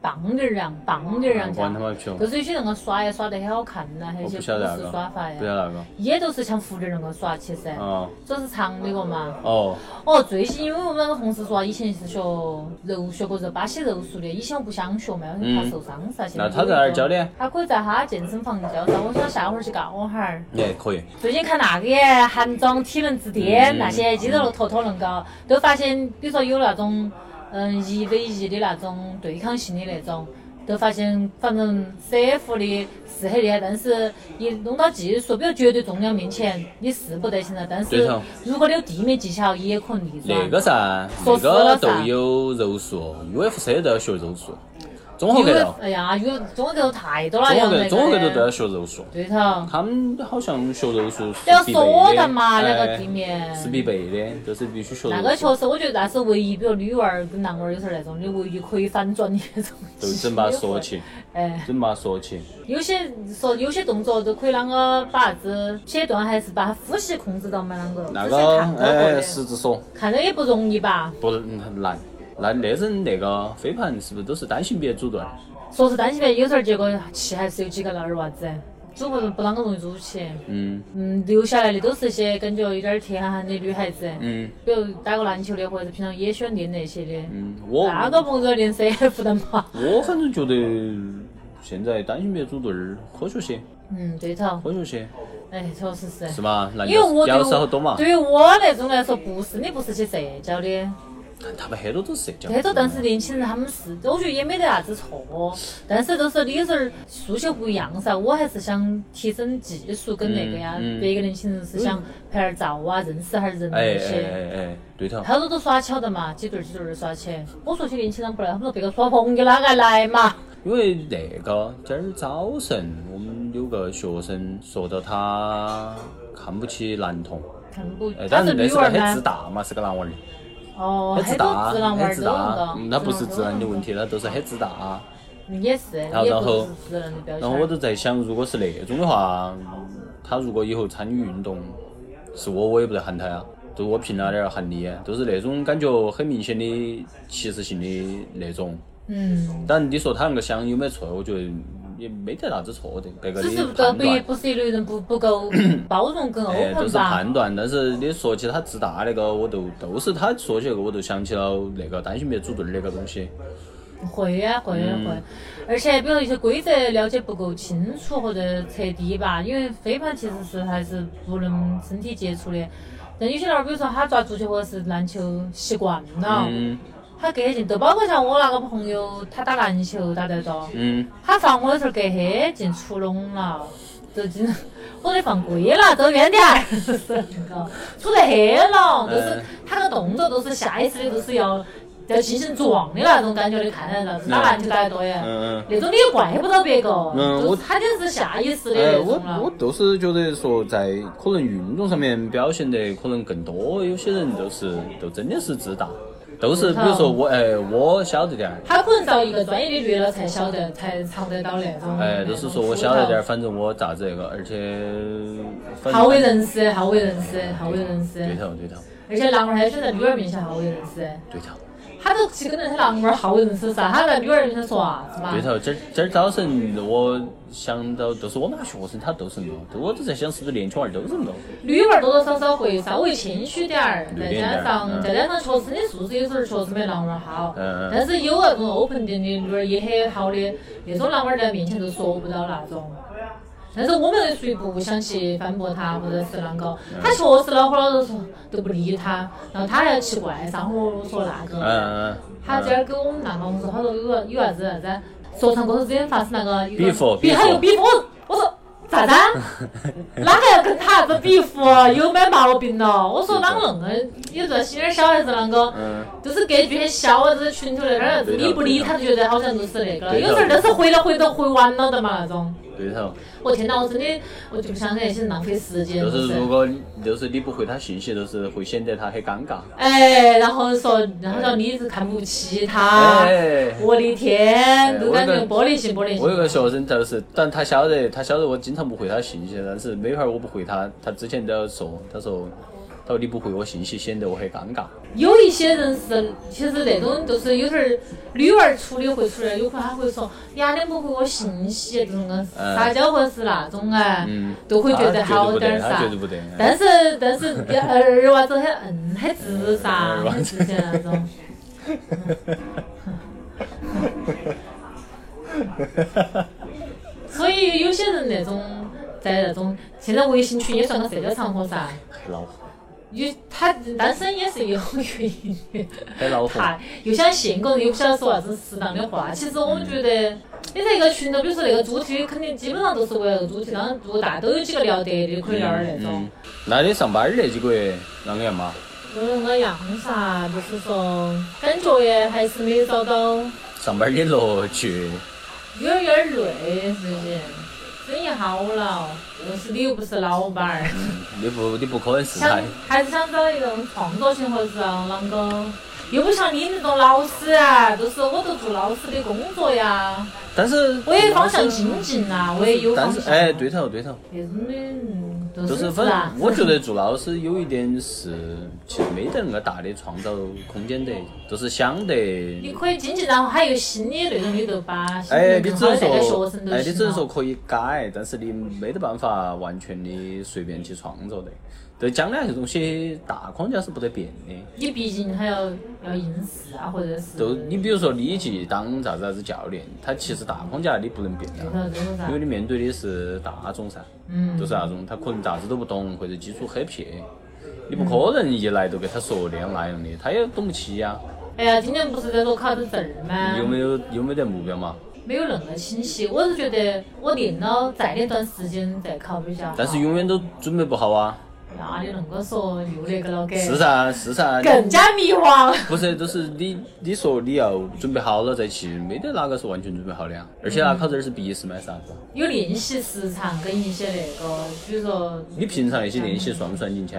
[SPEAKER 2] 棒铃儿样，棒铃儿样
[SPEAKER 3] 嗯管他妈皮
[SPEAKER 2] 叫。
[SPEAKER 3] 哦
[SPEAKER 2] 就是有些那个耍呀，耍得很好看呐，还有
[SPEAKER 3] 我
[SPEAKER 2] 些
[SPEAKER 3] 不
[SPEAKER 2] 不
[SPEAKER 3] 晓得那啊
[SPEAKER 2] 是
[SPEAKER 3] 个，
[SPEAKER 2] 耍法
[SPEAKER 3] 不晓
[SPEAKER 2] 呀，
[SPEAKER 3] 得那个。
[SPEAKER 2] 也都是像蝴蝶那个耍，其实。
[SPEAKER 3] 哦
[SPEAKER 2] 主要是长的个嘛。
[SPEAKER 3] 哦，
[SPEAKER 2] 哦，最近因为我们那个同事说，以前是学柔学过柔巴西柔术的，以前我不想学嘛，我很怕受伤噻。现
[SPEAKER 3] 嗯那他在哪儿教的？
[SPEAKER 2] 他可以在他健身房教噻。我想下回儿去告我哈儿。
[SPEAKER 3] 哎，可以。
[SPEAKER 2] 最近看那个耶，韩妆体能之巅
[SPEAKER 3] 嗯
[SPEAKER 2] 那些肌肉坨坨能搞，都发现，比如说有那种嗯一 v 一的那种对抗性的那种，都发现反正 CF 的是很厉害，但是一弄到技术，比如绝对重量面前，你是不得行了。但
[SPEAKER 3] 对
[SPEAKER 2] 是
[SPEAKER 3] 头
[SPEAKER 2] 如果你有地面技巧，也可能逆转。
[SPEAKER 3] 那个噻，
[SPEAKER 2] 说
[SPEAKER 3] 那
[SPEAKER 2] 死了噻
[SPEAKER 3] 个都有柔术，UFC 都要学柔术，综合格斗，
[SPEAKER 2] 哎呀，有综合格斗太多了，
[SPEAKER 3] 综合
[SPEAKER 2] 要
[SPEAKER 3] 格
[SPEAKER 2] 哎那
[SPEAKER 3] 斗，综合格斗都要
[SPEAKER 2] 个。
[SPEAKER 3] 学柔术。
[SPEAKER 2] 对头，
[SPEAKER 3] 他们好像学柔术是
[SPEAKER 2] 要
[SPEAKER 3] 必备
[SPEAKER 2] 说的嘛，那
[SPEAKER 3] 哎
[SPEAKER 2] 个地面。
[SPEAKER 3] 是必备的，就是必须学
[SPEAKER 2] 那
[SPEAKER 3] 柔
[SPEAKER 2] 个
[SPEAKER 3] 术。
[SPEAKER 2] 确实，我觉得那是唯一，比如女娃儿跟男娃儿有时候那种，你唯一可以反转的那种。
[SPEAKER 3] 就整把说。起，
[SPEAKER 2] 哎，
[SPEAKER 3] 整把说起。
[SPEAKER 2] 有些说有些动作都可以啷个把啥子切断，还是把它呼吸控制到嘛啷个？
[SPEAKER 3] 那
[SPEAKER 2] 之
[SPEAKER 3] 个
[SPEAKER 2] 前看到过
[SPEAKER 3] 哎，
[SPEAKER 2] 的，
[SPEAKER 3] 十字锁
[SPEAKER 2] 看着也不容易吧？
[SPEAKER 3] 不嗯很难。那那阵那个飞盘是不是都是单性别组队？
[SPEAKER 2] 说是单性别，有时候结果气还是有几个那儿娃子，组不不啷个容易组起。
[SPEAKER 3] 嗯
[SPEAKER 2] 嗯，留下来的都是一些感觉有点儿铁憨憨的女孩子。
[SPEAKER 3] 嗯
[SPEAKER 2] 比如打过篮球的，或者是平常也喜欢练那些的。
[SPEAKER 3] 嗯，我
[SPEAKER 2] 那个朋友练 CF 的嘛，
[SPEAKER 3] 我反正觉得现在单性别组队儿科学些，
[SPEAKER 2] 嗯，对头，
[SPEAKER 3] 科学些
[SPEAKER 2] 哎，确实是。
[SPEAKER 3] 是吧？那
[SPEAKER 2] 因为我对
[SPEAKER 3] 屌
[SPEAKER 2] 我
[SPEAKER 3] 丝好多嘛，
[SPEAKER 2] 对于我那种来说，不是你不是去社交的，
[SPEAKER 3] 他们很多都是社交。
[SPEAKER 2] 很多但是年轻人他们是，我觉得也没得啥子错，哦
[SPEAKER 3] 嗯
[SPEAKER 2] 但是就是你有时候诉求不一样噻。我还是想提升技术跟那个呀，
[SPEAKER 3] 嗯嗯
[SPEAKER 2] 别个年轻人是想拍点儿照啊，认识下儿人
[SPEAKER 3] 哎
[SPEAKER 2] 那
[SPEAKER 3] 哎
[SPEAKER 2] 些。
[SPEAKER 3] 哎哎，对头。
[SPEAKER 2] 好多都耍巧的嘛，几对儿几对儿的耍起。我说起年轻人不来，他们说别个耍朋友哪个来嘛？
[SPEAKER 3] 因为那个今儿早晨我们有个学生说到他看不起男童，
[SPEAKER 2] 看不
[SPEAKER 3] 哎，，
[SPEAKER 2] 他
[SPEAKER 3] 当
[SPEAKER 2] 是
[SPEAKER 3] 然那
[SPEAKER 2] 女
[SPEAKER 3] 是
[SPEAKER 2] 娃
[SPEAKER 3] 个
[SPEAKER 2] 儿
[SPEAKER 3] 很自
[SPEAKER 2] 呢。
[SPEAKER 3] 大嘛，是个男娃儿，
[SPEAKER 2] 哦，
[SPEAKER 3] 很自
[SPEAKER 2] 很多
[SPEAKER 3] 大，
[SPEAKER 2] 直男娃
[SPEAKER 3] 很
[SPEAKER 2] 儿
[SPEAKER 3] 自
[SPEAKER 2] 都有
[SPEAKER 3] 大
[SPEAKER 2] 的。，
[SPEAKER 3] 嗯他不是直男的问
[SPEAKER 2] 题。
[SPEAKER 3] 题，他都是很自大。
[SPEAKER 2] 也是，也
[SPEAKER 3] 然后然
[SPEAKER 2] 不
[SPEAKER 3] 后
[SPEAKER 2] 是直男的标签。
[SPEAKER 3] 然后我都在想，如果是那种的话，他如果以后参与运动，是我我也不得恨他呀，就是我凭哪点儿恨你？就是那种感觉很明显的歧视性的那种。
[SPEAKER 2] 嗯，
[SPEAKER 3] 但你说他那个想有没有错？我觉得也没得啥子错的，这个
[SPEAKER 2] 只
[SPEAKER 3] 你
[SPEAKER 2] 是个
[SPEAKER 3] 判
[SPEAKER 2] 别
[SPEAKER 3] 断。
[SPEAKER 2] 不是一类人不不 够包容跟
[SPEAKER 3] 哎，都
[SPEAKER 2] open
[SPEAKER 3] 是判
[SPEAKER 2] 吧？
[SPEAKER 3] 断，但是你说起他自大那个，我都都是他说起那个，我都想起了那个单性别主盾那个东西。
[SPEAKER 2] 会呀、会呀、
[SPEAKER 3] 嗯
[SPEAKER 2] 会。啊而且比如一些规则了解不够清楚或者彻底吧，因为飞盘其实是还是不能身体接触的。但有些人儿，比如说他抓足球或者是篮球习惯了，
[SPEAKER 3] 嗯
[SPEAKER 2] 他隔很近。就包括像我那个朋友，他打篮球打得到，
[SPEAKER 3] 嗯，
[SPEAKER 2] 他放我的时候隔很近出笼了，就进，我得放规了，走远点儿， 是个出得很了，就是
[SPEAKER 3] 哎
[SPEAKER 2] 他那个动作都是下意识的，都是要要精神撞的那种感觉的，看得
[SPEAKER 3] 哎
[SPEAKER 2] 到，打篮球打得多呀。
[SPEAKER 3] 嗯嗯
[SPEAKER 2] 那种你也怪不到别个，
[SPEAKER 3] 嗯
[SPEAKER 2] 就
[SPEAKER 3] 我
[SPEAKER 2] 是他就是下意识的那
[SPEAKER 3] 哎，我
[SPEAKER 2] 种了。
[SPEAKER 3] 我都是觉得说，在可能运动上面表现得可能更多，有些人都是都真的是自大，都是比如说我哎，我晓得点儿，
[SPEAKER 2] 他可能遭一个专业的律了才晓得，才尝得到那种。
[SPEAKER 3] 哎，都是说我晓得点儿，。反正我咋子那个，而且反正
[SPEAKER 2] 好为人师，好为人师，好为人
[SPEAKER 3] 对
[SPEAKER 2] 师。
[SPEAKER 3] 头对头
[SPEAKER 2] 而且男娃儿还选在女儿面前好为人师，
[SPEAKER 3] 对头
[SPEAKER 2] 他都去跟人家男娃儿好为人师噻，他在女儿面前说啥子嘛？
[SPEAKER 3] 对头，今儿今儿早晨我想到都是我们那学生他都是那个，我都在想是不是年轻娃儿都是那个，
[SPEAKER 2] 女娃儿多多少少会稍微谦虚点儿，
[SPEAKER 3] 内敛
[SPEAKER 2] 再
[SPEAKER 3] 点
[SPEAKER 2] 加
[SPEAKER 3] 儿
[SPEAKER 2] 上
[SPEAKER 3] 嗯
[SPEAKER 2] 再加上确实你素质有时候确实没男娃儿好
[SPEAKER 3] 嗯嗯，
[SPEAKER 2] 但是有那种 open 点的女儿也很好的，那种男娃儿在面前都说不到那种。但是我们属于不想去反驳他，或者是啷个，
[SPEAKER 3] 嗯
[SPEAKER 2] 他确实恼火了都说都不理他，然后他还要奇怪，上回我说那个，
[SPEAKER 3] 嗯嗯，
[SPEAKER 2] 他今儿跟我们那个同事，他说有个有啥子啥子，说唱歌手之间发生那个
[SPEAKER 3] Beef，
[SPEAKER 2] 比
[SPEAKER 3] beef
[SPEAKER 2] 还有 beef，我我说咋子啊？哪还要跟他啥子 beef？有没毛病了？我说啷个恁个有这心眼儿小孩子啷个？
[SPEAKER 3] 嗯
[SPEAKER 2] 就是格局很小啊，这群头那点儿子，
[SPEAKER 3] 对的
[SPEAKER 2] 理不理他就觉得好像就是那个了，
[SPEAKER 3] 对的
[SPEAKER 2] 有时候都是回了回都回完了的嘛那种。
[SPEAKER 3] 对头。
[SPEAKER 2] 我天哪，我真的我就不想给那些人浪费时间。
[SPEAKER 3] 就是
[SPEAKER 2] 真
[SPEAKER 3] 如果就是你不回他信息，就是会显得他很尴尬。
[SPEAKER 2] 哎，然后说，然后说你是看不起他，
[SPEAKER 3] 哎
[SPEAKER 2] 我的天，都
[SPEAKER 3] 我有
[SPEAKER 2] 感
[SPEAKER 3] 个
[SPEAKER 2] 觉玻璃心玻璃
[SPEAKER 3] 我有
[SPEAKER 2] 心。
[SPEAKER 3] 个学生就是，但他晓得，他晓得我经常不回他信息，但是每回我不回他，他之前都要说，他说，他说你不回我信息，显得我很尴尬。
[SPEAKER 2] 有一些人是，其实那种就是有点儿女娃儿处理会出来，有可能他会说，呀，你不回我信息这种个
[SPEAKER 3] 嗯
[SPEAKER 2] 撒娇或者是那种哎
[SPEAKER 3] 嗯，
[SPEAKER 2] 都会觉得好点儿
[SPEAKER 3] 他
[SPEAKER 2] 噻
[SPEAKER 3] 绝。对不得，哎他绝
[SPEAKER 2] 但是但是呃二娃子很嗯很直噻，很直接那种。所以有些人那种在那种现在微信群也算个社交场合噻，
[SPEAKER 3] 对不得，恼火，
[SPEAKER 2] 有他单身也是有原因的，
[SPEAKER 3] 很恼火。
[SPEAKER 2] 太又想献个人，又不晓得说啥子适当的话。其实我觉得你在一个群头，比如说那个主题，肯定基本上都是围绕个主题，当然如果大家都有几个聊得的，可以聊点儿那种
[SPEAKER 3] 嗯。，那你上班儿那几个月啷个样嘛？
[SPEAKER 2] 有那个样噻，就是说感觉也还是没有找到，
[SPEAKER 3] 上班儿的乐趣，
[SPEAKER 2] 有点有点累，最近生意好了，又是你又不是老板儿，
[SPEAKER 3] 嗯你不你不可能是
[SPEAKER 2] 想
[SPEAKER 3] 他，
[SPEAKER 2] 还是想找一种创作性或者是啷个，又不像你那种老师啊，就是我都做老师的工作呀，
[SPEAKER 3] 但是
[SPEAKER 2] 我也方向精进啊，我也有
[SPEAKER 3] 嗯但
[SPEAKER 2] 方
[SPEAKER 3] 是
[SPEAKER 2] 向。
[SPEAKER 3] 哎，对头对头。
[SPEAKER 2] 那种的嗯
[SPEAKER 3] 就
[SPEAKER 2] 都
[SPEAKER 3] 是
[SPEAKER 2] 是
[SPEAKER 3] 反
[SPEAKER 2] 啊
[SPEAKER 3] 正，我觉得做老师有一点是，其实没得那个大的创造空间的，就是想
[SPEAKER 2] 你
[SPEAKER 3] 得，
[SPEAKER 2] 可以精进，然后还有新的那种，你就把新的
[SPEAKER 3] 哎，你
[SPEAKER 2] 更
[SPEAKER 3] 只
[SPEAKER 2] 好的
[SPEAKER 3] 能
[SPEAKER 2] 带给学
[SPEAKER 3] 说
[SPEAKER 2] 生，就
[SPEAKER 3] 哎，你只
[SPEAKER 2] 行
[SPEAKER 3] 能
[SPEAKER 2] 了
[SPEAKER 3] 说。可以改，但是你没得办法完全的随便去创作的。对，将来这东西大框架是不得变的。
[SPEAKER 2] 你毕竟还要要应试啊，或者是
[SPEAKER 3] 就你比如说，你去当啥子啥子教练，他其实大框架你不能变
[SPEAKER 2] 这
[SPEAKER 3] 的，啊
[SPEAKER 2] 个这个啥
[SPEAKER 3] 因为，你面对的是大众噻，
[SPEAKER 2] 嗯
[SPEAKER 3] 就是那种他可能啥子都不懂，或者基础很撇，你不可能一来就给他说那样那样的，他也懂不起呀、
[SPEAKER 2] 哎呀，今年不是在说考的证儿吗？
[SPEAKER 3] 有没有有没得目标嘛？
[SPEAKER 2] 没有那么清晰？我是觉得我练了再练段时间再考比较好。
[SPEAKER 3] 但是永远都准备不好啊，
[SPEAKER 2] 那你恁个说又那个了，给
[SPEAKER 3] 是噻是噻，
[SPEAKER 2] 更加迷惘。
[SPEAKER 3] 不是就是你你说你要准备好了再去，没得哪个是完全准备好的呀。而且
[SPEAKER 2] 嗯
[SPEAKER 3] 那考证儿是必试嘛，啥子？啊
[SPEAKER 2] 有练习时长跟一些那个，比如说
[SPEAKER 3] 你平常那些练习算不算进去？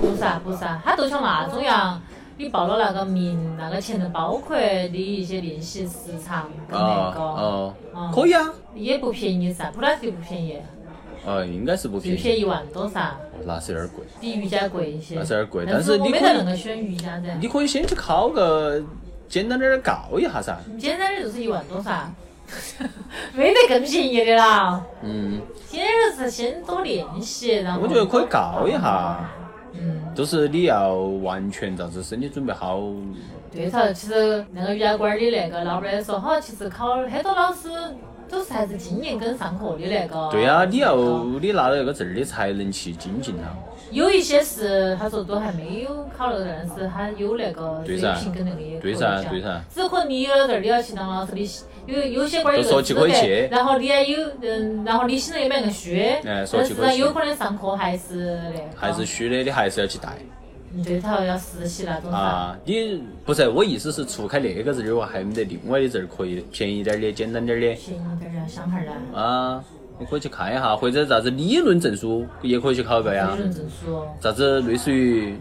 [SPEAKER 2] 不是啊，不是啊，它就像那种样，你报了那个名，那个钱就包括你一些练习时长跟那个，
[SPEAKER 3] 哦
[SPEAKER 2] 嗯
[SPEAKER 3] 哦，可以啊，
[SPEAKER 2] 也不便宜噻，普拉斯也不便宜。
[SPEAKER 3] 呃，应该是不
[SPEAKER 2] 最
[SPEAKER 3] 便
[SPEAKER 2] 便
[SPEAKER 3] 宜，哦
[SPEAKER 2] 宜一万多噻，
[SPEAKER 3] 那是有点贵。
[SPEAKER 2] 比瑜伽贵一些。
[SPEAKER 3] 那是有点贵
[SPEAKER 2] 但
[SPEAKER 3] 啊但是
[SPEAKER 2] 我
[SPEAKER 3] 你
[SPEAKER 2] 没
[SPEAKER 3] 可以
[SPEAKER 2] 得恁个选瑜伽噻，
[SPEAKER 3] 你可以先去考个简单点儿的告一下噻。
[SPEAKER 2] 简单的就是一万多噻， 没得更便宜的啦。
[SPEAKER 3] 嗯，
[SPEAKER 2] 简单就是先多练习，然后
[SPEAKER 3] 我觉得可以告一下，
[SPEAKER 2] 嗯，哦
[SPEAKER 3] 就是你要完全啥子身体准备好。
[SPEAKER 2] 对头。其实那个瑜伽馆儿的那个老板说，好，其实考很多老师都是还是经验跟上课的那个。
[SPEAKER 3] 对呀、你要
[SPEAKER 2] 那个
[SPEAKER 3] 你拿到那个证儿，你才能去精进它。
[SPEAKER 2] 有一些是他说都还没有考那个，但是他有那个水
[SPEAKER 3] 对噻
[SPEAKER 2] 平跟那个也可以
[SPEAKER 3] 对
[SPEAKER 2] 讲
[SPEAKER 3] 噻，对噻。
[SPEAKER 2] 只可能你有点儿，你要去当老师，你有有些官儿有
[SPEAKER 3] 都
[SPEAKER 2] 个
[SPEAKER 3] 说起
[SPEAKER 2] 资
[SPEAKER 3] 可
[SPEAKER 2] 格
[SPEAKER 3] 以去，
[SPEAKER 2] 然后你也有嗯，然后你心头也没那个虚，
[SPEAKER 3] 哎
[SPEAKER 2] 但
[SPEAKER 3] 说起
[SPEAKER 2] 是
[SPEAKER 3] 可以
[SPEAKER 2] 呢，
[SPEAKER 3] 去
[SPEAKER 2] 有可能上课还是那个，
[SPEAKER 3] 还是虚的，你还是要去带
[SPEAKER 2] 嗯对头要实习那种噻。
[SPEAKER 3] 啊！你不是我意思是，除开那个证儿，我还没得另外的证儿可以便宜点儿的、简单点儿的
[SPEAKER 2] 便宜点儿要想哈儿啦，
[SPEAKER 3] 啊，你可以去看一下，或者啥子理论证书也可以去考一个呀
[SPEAKER 2] 理，论证书，
[SPEAKER 3] 啥子类似于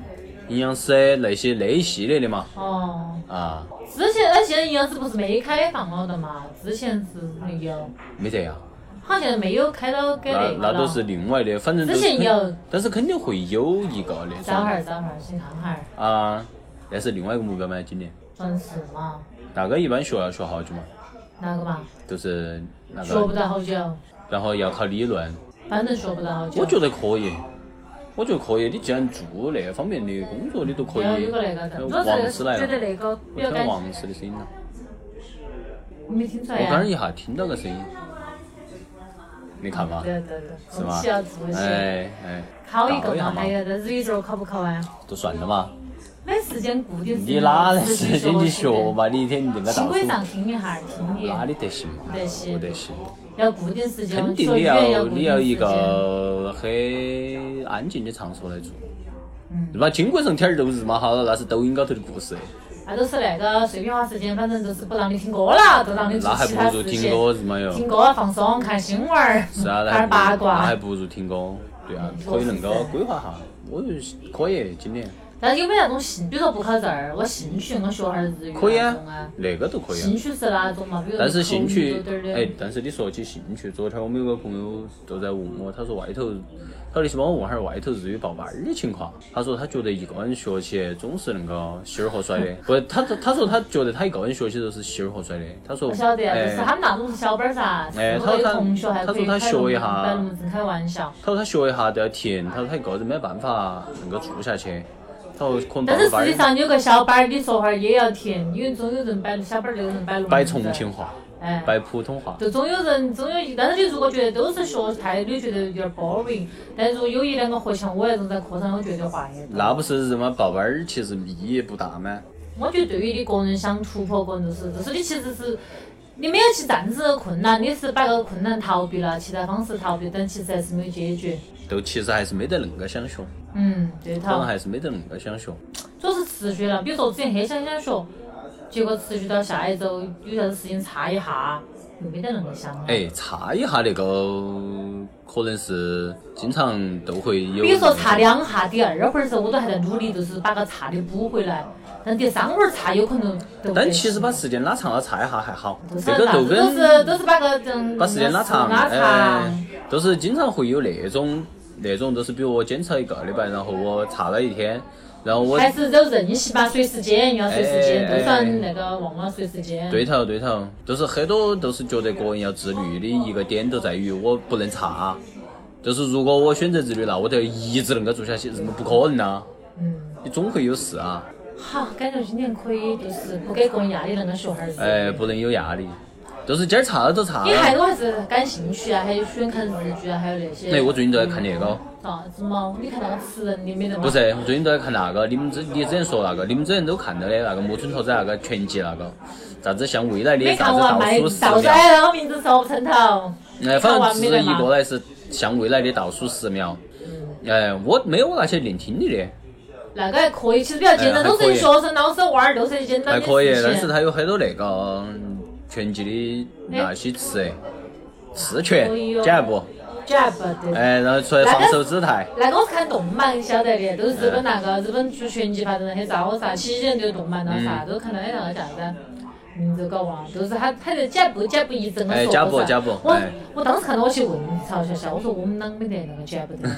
[SPEAKER 3] 营养师那些那一系列的嘛
[SPEAKER 2] 哦。
[SPEAKER 3] 啊，
[SPEAKER 2] 之前他现在营养师不是没开放了的嘛？之前是有，
[SPEAKER 3] 没得呀，
[SPEAKER 2] 好像没有开到给
[SPEAKER 3] 那
[SPEAKER 2] 个
[SPEAKER 3] 那都
[SPEAKER 2] 了。
[SPEAKER 3] 是另外的，反正都
[SPEAKER 2] 之
[SPEAKER 3] 是
[SPEAKER 2] 前有，
[SPEAKER 3] 但是肯定会有一个那
[SPEAKER 2] 找哈
[SPEAKER 3] 种
[SPEAKER 2] 儿找哈儿，先看哈儿，
[SPEAKER 3] 啊，那是另外一个目标嘛，今年
[SPEAKER 2] 转世嘛，
[SPEAKER 3] 大概一般学要学好久嘛，
[SPEAKER 2] 哪个嘛？
[SPEAKER 3] 就是那
[SPEAKER 2] 学不
[SPEAKER 3] 个，
[SPEAKER 2] 到好久，
[SPEAKER 3] 然后要考理论。
[SPEAKER 2] 反正学不到好久。
[SPEAKER 3] 我觉得可以，我觉得可以。你既然做那方面的工作，你都可
[SPEAKER 2] 要
[SPEAKER 3] 以
[SPEAKER 2] 有个那个的，
[SPEAKER 3] 呃
[SPEAKER 2] 主要
[SPEAKER 3] 王
[SPEAKER 2] 是
[SPEAKER 3] 师来
[SPEAKER 2] 觉得啊
[SPEAKER 3] 了，
[SPEAKER 2] 那个
[SPEAKER 3] 我
[SPEAKER 2] 比较
[SPEAKER 3] 听
[SPEAKER 2] 感
[SPEAKER 3] 到
[SPEAKER 2] 兴
[SPEAKER 3] 王师的声音了。
[SPEAKER 2] 你没听出
[SPEAKER 3] 我
[SPEAKER 2] 来
[SPEAKER 3] 刚
[SPEAKER 2] 呀？
[SPEAKER 3] 刚一下听到个声音，你看嘛，
[SPEAKER 2] 对对对，
[SPEAKER 3] 是
[SPEAKER 2] 东
[SPEAKER 3] 吗
[SPEAKER 2] 西要做一些，
[SPEAKER 3] 哎哎，
[SPEAKER 2] 考一个
[SPEAKER 3] 搞一下
[SPEAKER 2] 嘛，
[SPEAKER 3] 嘛
[SPEAKER 2] 还有但是宇宙考不考完？
[SPEAKER 3] 就算了嘛。
[SPEAKER 2] 没时间固定时间
[SPEAKER 3] 你哪来
[SPEAKER 2] 持续
[SPEAKER 3] 时间去学
[SPEAKER 2] 学？
[SPEAKER 3] 嘛？你一天你定个
[SPEAKER 2] 轻
[SPEAKER 3] 到
[SPEAKER 2] 轨上
[SPEAKER 3] 处，
[SPEAKER 2] 听一下，听
[SPEAKER 3] 那
[SPEAKER 2] 的，
[SPEAKER 3] 你得行嘛？
[SPEAKER 2] 得行
[SPEAKER 3] 不得行，
[SPEAKER 2] 要固定时间，
[SPEAKER 3] 肯定
[SPEAKER 2] 学
[SPEAKER 3] 你
[SPEAKER 2] 语言
[SPEAKER 3] 要
[SPEAKER 2] 固定
[SPEAKER 3] 你要一
[SPEAKER 2] 时间。
[SPEAKER 3] 个很安静的场所来做。
[SPEAKER 2] 嗯
[SPEAKER 3] 对吧？金龟上天儿都日嘛好了，那是抖音高头的故事，
[SPEAKER 2] 那啊都是那个碎片化时间，反正就是不让你听歌了，都让你
[SPEAKER 3] 那
[SPEAKER 2] 做
[SPEAKER 3] 还
[SPEAKER 2] 其他
[SPEAKER 3] 不如
[SPEAKER 2] 事
[SPEAKER 3] 听
[SPEAKER 2] 情。
[SPEAKER 3] 歌日嘛哟。
[SPEAKER 2] 听歌放松，看新闻儿，
[SPEAKER 3] 是啊，那
[SPEAKER 2] 看点八
[SPEAKER 3] 那还
[SPEAKER 2] 卦。
[SPEAKER 3] 不如听歌。对啊，
[SPEAKER 2] 嗯
[SPEAKER 3] 可以恁个规划哈，我就可以今年
[SPEAKER 2] 但是有没有那种兴，比如说不考证儿，我兴趣我学哈儿日语
[SPEAKER 3] 可以
[SPEAKER 2] 那
[SPEAKER 3] 啊
[SPEAKER 2] 种啊？，
[SPEAKER 3] 那个都可以啊
[SPEAKER 2] 兴。趣是哪种嘛？比如
[SPEAKER 3] 但是兴趣
[SPEAKER 2] 口语有点儿
[SPEAKER 3] 哎
[SPEAKER 2] 的，，
[SPEAKER 3] 但是你说起兴趣，昨天我们有个朋友就在问我，他说外头，他说你去帮我问下儿外头日语报班儿的情况。他说他觉得一个人学起总是恁个稀儿和衰的，不，他他说他觉得他一个人学起都是稀儿和衰的。他说
[SPEAKER 2] 不晓得呀，就是
[SPEAKER 3] 哎
[SPEAKER 2] 他们那种小本儿噻，
[SPEAKER 3] 哎
[SPEAKER 2] 如果有
[SPEAKER 3] 他
[SPEAKER 2] 同学还可以
[SPEAKER 3] 他
[SPEAKER 2] 开
[SPEAKER 3] 他说他学一下
[SPEAKER 2] 摆龙门阵开玩笑。
[SPEAKER 3] 他说他学一下都要停，他说他一个人没办法能够做下去。他说可能报
[SPEAKER 2] 但
[SPEAKER 3] 个
[SPEAKER 2] 是
[SPEAKER 3] 班
[SPEAKER 2] 实际
[SPEAKER 3] 儿
[SPEAKER 2] 上有个小班儿，你说话儿也要停，因为总有人摆小班儿，那个人摆龙门阵
[SPEAKER 3] 摆重庆，话，
[SPEAKER 2] 哎，
[SPEAKER 3] 摆普通话。
[SPEAKER 2] 就总有人总有一，但是你如果觉得都是学太，你觉得有点儿 boring。但是如果有一两个和像我那种在课上，我觉得坏的。
[SPEAKER 3] 那不是人嘛，报班儿其实意义不大吗？
[SPEAKER 2] 我觉得对于你个人想突破，个人就是就是你其实是你没有去战胜困难，你是把个困难逃避了，其他方式逃避，但其实还是没有解决。
[SPEAKER 3] 都其实还是没得恁个想学，
[SPEAKER 2] 嗯，对
[SPEAKER 3] 可能
[SPEAKER 2] 头，
[SPEAKER 3] 还是没得恁个想学。
[SPEAKER 2] 主要是持续了。比如说我之前很想想学，结果持续到下一周有啥子事情差一下，又没得那么想了。
[SPEAKER 3] 哎，差一下那个可能是经常都会有。
[SPEAKER 2] 比如说差两下，第二回儿的时候我都还在努力，就是把个差的补回来，但第三回儿差有可能都。
[SPEAKER 3] 但其实把时间拉长了，差一下还好
[SPEAKER 2] 都。是
[SPEAKER 3] 这个
[SPEAKER 2] 啥
[SPEAKER 3] 就
[SPEAKER 2] 子都
[SPEAKER 3] 跟
[SPEAKER 2] 是都是把个嗯
[SPEAKER 3] 把时间拉长，
[SPEAKER 2] 拉
[SPEAKER 3] 哎
[SPEAKER 2] 长。，
[SPEAKER 3] 都是经常会有那种那种，就是比如我检测一个礼拜，然后我差了一天，然后我
[SPEAKER 2] 还是走任性吧，随时间要随时间，
[SPEAKER 3] 哎哎
[SPEAKER 2] 都算那个忘了随时间。
[SPEAKER 3] 对头对头，就是很多都是觉得个人要自律的一个点，都在于我不能差。就是如果我选择自律了，我就要一直能够做下去，怎么不可能呢、
[SPEAKER 2] 嗯，
[SPEAKER 3] 你总会有事啊，
[SPEAKER 2] 好，感觉今年可以就是不给个人压力，那个学哈儿子。
[SPEAKER 3] 哎，不能有压力。就是今儿差了就差
[SPEAKER 2] 你还
[SPEAKER 3] 了。
[SPEAKER 2] 我还是感兴趣啊，还有喜欢看日剧啊，还有那些。嗯
[SPEAKER 3] 哎，我最近都在看那个，
[SPEAKER 2] 啥子嘛？你看那个词人的没得嘛？
[SPEAKER 3] 不，是，我最近都在看那个。你们之你之前说那个，你们之前都看到的那个木村拓哉那个全集那个，啥子向未来的
[SPEAKER 2] 没
[SPEAKER 3] 啥
[SPEAKER 2] 看
[SPEAKER 3] 子
[SPEAKER 2] 完，
[SPEAKER 3] 倒
[SPEAKER 2] 卖倒
[SPEAKER 3] 数十
[SPEAKER 2] 出
[SPEAKER 3] 秒，
[SPEAKER 2] 来了，我名字说不称头。
[SPEAKER 3] 哎，反
[SPEAKER 2] 看
[SPEAKER 3] 正
[SPEAKER 2] 完
[SPEAKER 3] 只
[SPEAKER 2] 没得
[SPEAKER 3] 一
[SPEAKER 2] 嘛嗯
[SPEAKER 3] 个来是向未来的倒数十秒。哎，我没有我那些练听的的。
[SPEAKER 2] 那个还可以，其实比较简单，
[SPEAKER 3] 哎还
[SPEAKER 2] 都
[SPEAKER 3] 可以
[SPEAKER 2] 是学生、老师、娃儿，都是一些简单
[SPEAKER 3] 还
[SPEAKER 2] 的
[SPEAKER 3] 可以
[SPEAKER 2] 事，情
[SPEAKER 3] 但是它有很多那个嗯拳击的那些词，刺拳
[SPEAKER 2] 可以、哦
[SPEAKER 3] 假步，
[SPEAKER 2] jab 对。
[SPEAKER 3] 哎，然后出来防守姿态，
[SPEAKER 2] 那个我是看动漫晓得的，都是日
[SPEAKER 3] 哎嗯
[SPEAKER 2] 本那个日本拳击发展的很糟噻，七几年就动漫了噻，都看到那个啥子，名字搞忘了，就是他他在贾布贾布一直跟
[SPEAKER 3] 哎
[SPEAKER 2] 我
[SPEAKER 3] 贾
[SPEAKER 2] 说
[SPEAKER 3] 布
[SPEAKER 2] 过噻
[SPEAKER 3] 贾布
[SPEAKER 2] 我
[SPEAKER 3] 哎
[SPEAKER 2] 我当时看到我去问曹笑笑，我说我们啷个得那个贾布的，然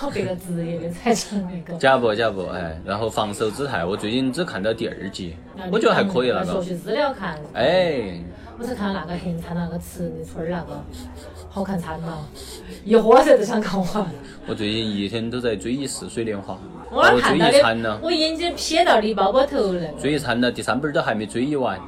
[SPEAKER 2] 后别个职业的才成那个。
[SPEAKER 3] 假不假不，哎，然后防守姿态，我最近只看到第二集，我觉得还可以那
[SPEAKER 2] 说
[SPEAKER 3] 个，
[SPEAKER 2] 去资料看，
[SPEAKER 3] 哎，
[SPEAKER 2] 我只看到那个横叉那个吃的村儿那个，好看惨了，一火噻都想看 完。
[SPEAKER 3] 我最近一天都在追忆《似水年华》，
[SPEAKER 2] 我
[SPEAKER 3] 把我追
[SPEAKER 2] 看到
[SPEAKER 3] 忆惨了
[SPEAKER 2] 的，，我眼睛瞥到你包包头那个。
[SPEAKER 3] 追忆惨了，第三本儿都还没追忆完，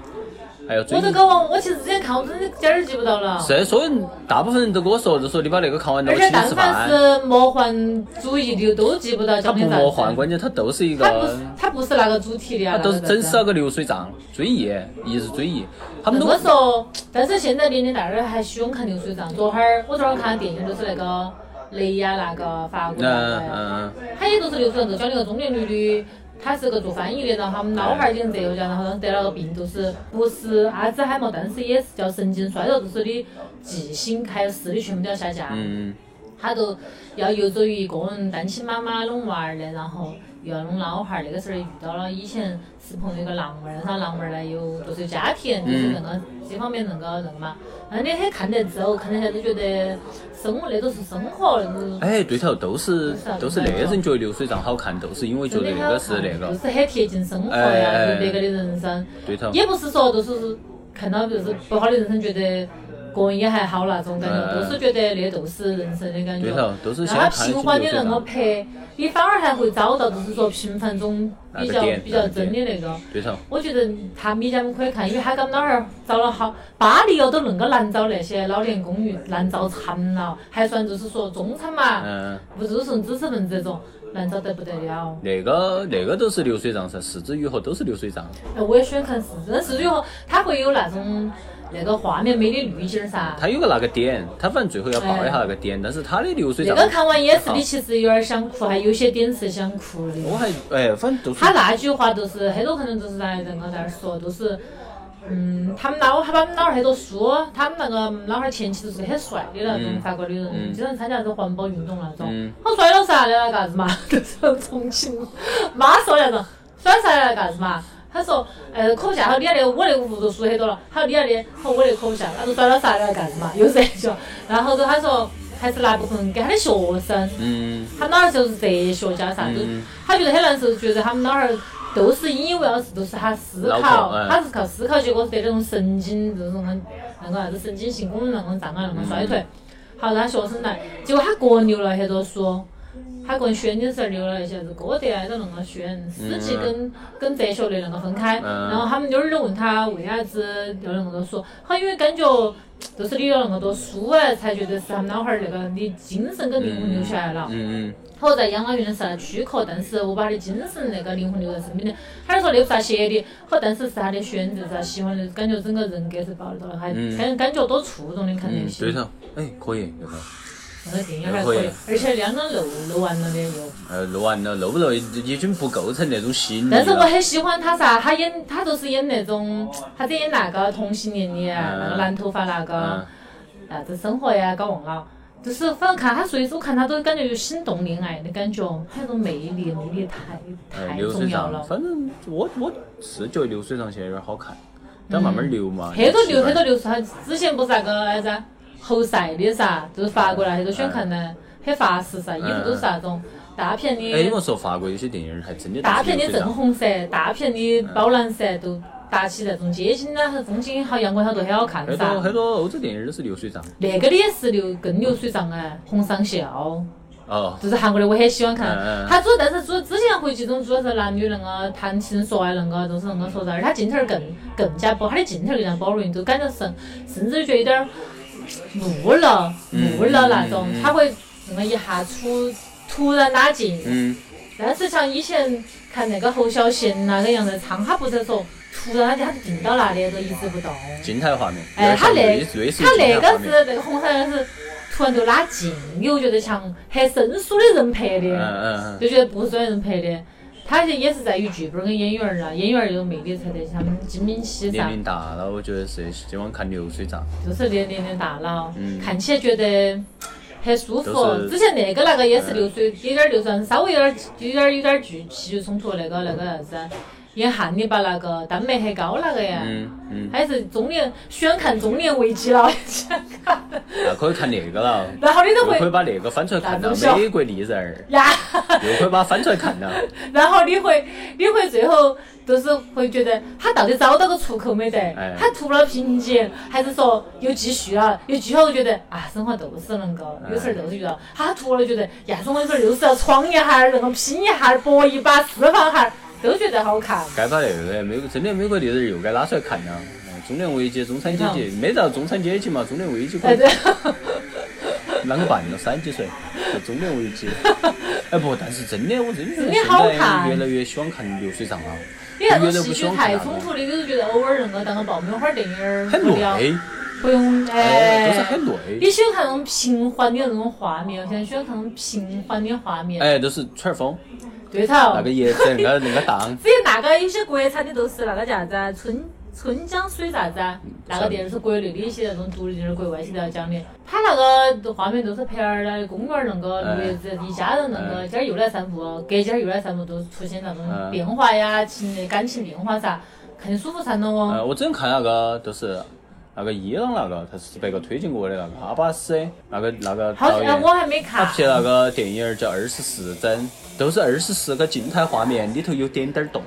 [SPEAKER 3] 还要追
[SPEAKER 2] 我
[SPEAKER 3] 忆
[SPEAKER 2] 都。搞忘，我其实之前看，我真的点儿记不到了。
[SPEAKER 3] 是，所以但大部分人都跟我说，就说你把那个看完了，
[SPEAKER 2] 而
[SPEAKER 3] 我请
[SPEAKER 2] 且
[SPEAKER 3] 你
[SPEAKER 2] 但
[SPEAKER 3] 吃
[SPEAKER 2] 凡
[SPEAKER 3] 饭。
[SPEAKER 2] 是魔幻主义的，都记不到
[SPEAKER 3] 它
[SPEAKER 2] 讲
[SPEAKER 3] 不
[SPEAKER 2] 的啥
[SPEAKER 3] 魔幻，
[SPEAKER 2] 子。
[SPEAKER 3] 关键它都是一
[SPEAKER 2] 它不是
[SPEAKER 3] 个，
[SPEAKER 2] 它不是那个主题的啊
[SPEAKER 3] 它，都是
[SPEAKER 2] 那个啥
[SPEAKER 3] 整死
[SPEAKER 2] 子
[SPEAKER 3] 了个流水账，追忆，一直追忆。他们
[SPEAKER 2] 那
[SPEAKER 3] 都
[SPEAKER 2] 个时候，但是现在年龄大点儿还喜欢看流水账。昨哈儿我昨儿看的电影就是那个雷呀，那个法国
[SPEAKER 3] 嗯
[SPEAKER 2] 那个，
[SPEAKER 3] 嗯，
[SPEAKER 2] 他也都是流水账，就讲那个中年女的。她是个做翻译的，然后他们老汉儿已经这个家，然后当时得了个病，就是不是阿兹海默，但是也是叫神经衰弱，就是你记性还有视力全部都要下降。
[SPEAKER 3] 嗯，
[SPEAKER 2] 他都要游走于一个人单亲妈妈弄娃儿的，然后又要弄老汉儿。那个时候遇到了以前是朋友一个郎妹儿，然后郎妹儿呢又就是有家庭，就是那个这方面那个那个嘛。然后你很看得走，看得下就觉得生活那都是生活，那种
[SPEAKER 3] 哎，对头，都是都是那些人觉得流水账好看，都是因为觉
[SPEAKER 2] 真
[SPEAKER 3] 得
[SPEAKER 2] 的
[SPEAKER 3] 那
[SPEAKER 2] 好
[SPEAKER 3] 个是那
[SPEAKER 2] 看，就
[SPEAKER 3] 个，
[SPEAKER 2] 是很贴近生活
[SPEAKER 3] 哎
[SPEAKER 2] 呀，
[SPEAKER 3] 哎
[SPEAKER 2] 对
[SPEAKER 3] 嗯
[SPEAKER 2] 别个的人生。
[SPEAKER 3] 对头。
[SPEAKER 2] 也不是说就是看到就是不好的人生觉得个人也还好那种感觉，
[SPEAKER 3] 嗯
[SPEAKER 2] 都是觉得那都是人生的感觉。
[SPEAKER 3] 对头都是
[SPEAKER 2] 然
[SPEAKER 3] 先
[SPEAKER 2] 后他
[SPEAKER 3] 看
[SPEAKER 2] 平缓的
[SPEAKER 3] 清
[SPEAKER 2] 那个
[SPEAKER 3] 楚就知道
[SPEAKER 2] 拍，你反而还会找到就是说平凡中比
[SPEAKER 3] 那
[SPEAKER 2] 较
[SPEAKER 3] 个啊点
[SPEAKER 2] 比较真的那个。
[SPEAKER 3] 对头，
[SPEAKER 2] 我觉得他米家们可以看，因为他给我们老汉儿找了好，巴黎哦都恁个难找那些老年公寓，难找惨了，还算就是说中产嘛，
[SPEAKER 3] 嗯，
[SPEAKER 2] 不就是说知识分子这种，难找得不得了。
[SPEAKER 3] 那个那个都是流水账噻，四肢愈合都是流水账。
[SPEAKER 2] 哎，我也喜欢看四川四川后，它会有那种那个画面美的滤镜儿噻。
[SPEAKER 3] 它有个那个点，它反正最后要爆一下那个点，但是它的流水
[SPEAKER 2] 哎那
[SPEAKER 3] 账，
[SPEAKER 2] 个看完也是，你其实有点想哭，还有些点是想哭的。
[SPEAKER 3] 我还哎，反正就是
[SPEAKER 2] 他那句话就是很多可能就是在人家在那儿说，就是嗯，他们老他把我们老汉儿很多书，他们那个老汉儿前期都是很帅的那种
[SPEAKER 3] 嗯
[SPEAKER 2] 法国的人，经常参加这种环保运动那种哎
[SPEAKER 3] 嗯，
[SPEAKER 2] 好帅了噻，来了干啥子嘛？ 就是重庆妈说那种，帅了噻，来了干啥子嘛？他说，呃，可不下，好，你那的我那个屋头书很多了，好，你那的，好，我那可不下，他说甩了噻，来了干啥嘛？又是这句，然后他说还是拿部分给他的学生，
[SPEAKER 3] 嗯，
[SPEAKER 2] 他们老汉儿就是哲学家啥子，他觉得很难受，觉得他们老汉儿都是引以为傲，是都是他思
[SPEAKER 3] 脑
[SPEAKER 2] 考
[SPEAKER 3] 壳，哎
[SPEAKER 2] 他是靠思考，结果是得那种神经这种很那个啥子神经性功能那种障碍那
[SPEAKER 3] 嗯
[SPEAKER 2] 种衰退。好，让他学生来，结果他个人留了很多书。他个人选的时候留了一些是歌德啊，都那个选诗集跟跟哲学的那个分开，
[SPEAKER 3] 嗯
[SPEAKER 2] 然后他们妞儿就问他为啥子留了那么多书，他因为感觉就是你有那么多书哎，才觉得是他们老汉儿那个你精神跟灵魂留下来了。
[SPEAKER 3] 嗯嗯
[SPEAKER 2] 我在养老院的时候躯壳，但是我把他的精神那个灵魂留在身边的。他就说那有啥邪的，好，但是是他的选择，是他喜欢的，感觉整个人格是暴露到了，还
[SPEAKER 3] 嗯
[SPEAKER 2] 感感觉多触动的看那
[SPEAKER 3] 嗯，
[SPEAKER 2] 些。
[SPEAKER 3] 对头，哎，可以那个。
[SPEAKER 2] 那个电影还可以，而且两个漏漏完了的又。
[SPEAKER 3] 呃，录完了，录不录已经不构成那种吸引力
[SPEAKER 2] 但是我
[SPEAKER 3] 了。
[SPEAKER 2] 很喜欢他噻，他演他就是演那种，他在演那个同性恋的啊，
[SPEAKER 3] 嗯
[SPEAKER 2] 那个蓝头发那
[SPEAKER 3] 嗯
[SPEAKER 2] 个，啥子生活呀，搞忘了。就是反正看他，所以说看他都感觉有心动恋爱的感觉，他那种魅力，魅力太
[SPEAKER 3] 呃，
[SPEAKER 2] 太
[SPEAKER 3] 流
[SPEAKER 2] 重
[SPEAKER 3] 水
[SPEAKER 2] 要
[SPEAKER 3] 账，
[SPEAKER 2] 了。
[SPEAKER 3] 反正我我是觉得流水账现在有点好看，但慢慢流嘛。
[SPEAKER 2] 嗯很多流，
[SPEAKER 3] 很
[SPEAKER 2] 很多流是他之前不是那个啥子啊侯赛的噻，就是法国那些都喜欢看的，很法式噻，衣服都是那种大片
[SPEAKER 3] 哎，你
[SPEAKER 2] 的
[SPEAKER 3] 们说法国有些电影还真的
[SPEAKER 2] 大
[SPEAKER 3] 都是
[SPEAKER 2] 片的
[SPEAKER 3] 流水
[SPEAKER 2] 正
[SPEAKER 3] 账，
[SPEAKER 2] 红色，大片的宝蓝色都搭起那种街景啊、风景好、阳光好，都很好看
[SPEAKER 3] 很
[SPEAKER 2] 噻
[SPEAKER 3] 多。很多欧洲电影都是流水账。
[SPEAKER 2] 那个的也是流更流水账哎，《红上校》
[SPEAKER 3] 哦，
[SPEAKER 2] 就是韩国的，我很喜欢
[SPEAKER 3] 嗯
[SPEAKER 2] 看
[SPEAKER 3] 嗯。
[SPEAKER 2] 他主但是主之前回剧中主要是男女那个谈情说爱那个，都是那个说噻，而且他镜头儿更
[SPEAKER 3] 嗯
[SPEAKER 2] 更加包，他的镜头儿更加包容，就感觉甚甚至觉得有点儿木了
[SPEAKER 3] 嗯
[SPEAKER 2] 木了那种，他会那么一下出突然拉近。
[SPEAKER 3] 嗯，
[SPEAKER 2] 但是像以前看那个侯孝贤那个杨德昌，他不是说突然他就定到那里，就一直不动。
[SPEAKER 3] 静态画面。
[SPEAKER 2] 哎，他那
[SPEAKER 3] 类类似于
[SPEAKER 2] 他那
[SPEAKER 3] 静态画
[SPEAKER 2] 个
[SPEAKER 3] 面
[SPEAKER 2] 是那个红山是突然就拉近，你会觉得像很生疏的人拍
[SPEAKER 3] 嗯
[SPEAKER 2] 的，
[SPEAKER 3] 嗯嗯，
[SPEAKER 2] 就觉得不是专业人拍的。他也是在于剧本跟演员儿啊，演员儿有魅力才得像金敏熙
[SPEAKER 3] 年
[SPEAKER 2] 噻，
[SPEAKER 3] 龄大了，我觉得是喜欢看流水账。
[SPEAKER 2] 就是年龄的大佬，
[SPEAKER 3] 嗯
[SPEAKER 2] 看起来觉得很舒
[SPEAKER 3] 都
[SPEAKER 2] 服。
[SPEAKER 3] 是嗯
[SPEAKER 2] 之前那个那个也是流水，有点流水，稍微有点有点有点剧戏剧冲突那个那个啥子。演汉尼拔那个丹麦黑高那个呀，
[SPEAKER 3] 嗯嗯，
[SPEAKER 2] 还是中年喜欢看中年危机了，
[SPEAKER 3] 那嗯啊可以看那个了，
[SPEAKER 2] 然后你都
[SPEAKER 3] 又可以
[SPEAKER 2] 会
[SPEAKER 3] 把那个翻出来看
[SPEAKER 2] 大中
[SPEAKER 3] 了，
[SPEAKER 2] 小
[SPEAKER 3] 美国丽人儿，
[SPEAKER 2] 呀，
[SPEAKER 3] 又可以把它翻出来 看了，
[SPEAKER 2] 然后你会你会最后就是会觉得他到底找到个出口没得
[SPEAKER 3] 哎？
[SPEAKER 2] 他突破了瓶颈，还是说又继续了？又继续了，觉得啊，生活就是能够有时候就是遇到，他突破了觉得呀，生活有时候就是要闯一下儿，那个拼一下儿，搏一把，释放下儿，都觉得好 看。
[SPEAKER 3] 该把那个美国真的美国丽人儿又该拉出来看了。嗯中年危机、中产阶级，没到中产阶级嘛？中年危机可
[SPEAKER 2] 哎
[SPEAKER 3] 以
[SPEAKER 2] 对，
[SPEAKER 3] 啷办了三几岁，就中年危 机。哎不，但是真的，我真的觉
[SPEAKER 2] 真
[SPEAKER 3] 得
[SPEAKER 2] 的
[SPEAKER 3] 现
[SPEAKER 2] 好
[SPEAKER 3] 在
[SPEAKER 2] 看
[SPEAKER 3] 越来越喜欢看流水账啊了，
[SPEAKER 2] 因为那种戏剧太冲突的，你就觉得偶尔能够当个爆米花电影儿
[SPEAKER 3] 很
[SPEAKER 2] 无聊，
[SPEAKER 3] 累，
[SPEAKER 2] 不用
[SPEAKER 3] 哎，
[SPEAKER 2] 哎。
[SPEAKER 3] 都是很累，
[SPEAKER 2] 你喜欢看那种平缓的那种画面，我现在喜欢看那种平缓的画面。
[SPEAKER 3] 哎，都是吹儿风，
[SPEAKER 2] 对头。
[SPEAKER 3] 那个叶子，那个那个荡，
[SPEAKER 2] 只有那个有些国产的都是那个叫啥子啊春春江水啥子啊，那个电视是国内的一些那种独立电影，国外些都要讲的。它那个画面都是拍儿的公园儿那
[SPEAKER 3] 哎
[SPEAKER 2] 个绿叶子，一家人那个今儿又来散步，隔几天又来散步，都出现那
[SPEAKER 3] 哎
[SPEAKER 2] 种变化呀，情感情变化噻，看舒服惨了哦。
[SPEAKER 3] 呃，我之前看那个就是那个伊朗那个，他是别个推荐给我的那个阿巴斯，那个那个
[SPEAKER 2] 好
[SPEAKER 3] 导
[SPEAKER 2] 像
[SPEAKER 3] 演
[SPEAKER 2] 我，还没看。
[SPEAKER 3] 他拍那个电影儿叫《二十四帧》，都是二十四个静态画面，里头有点点儿动，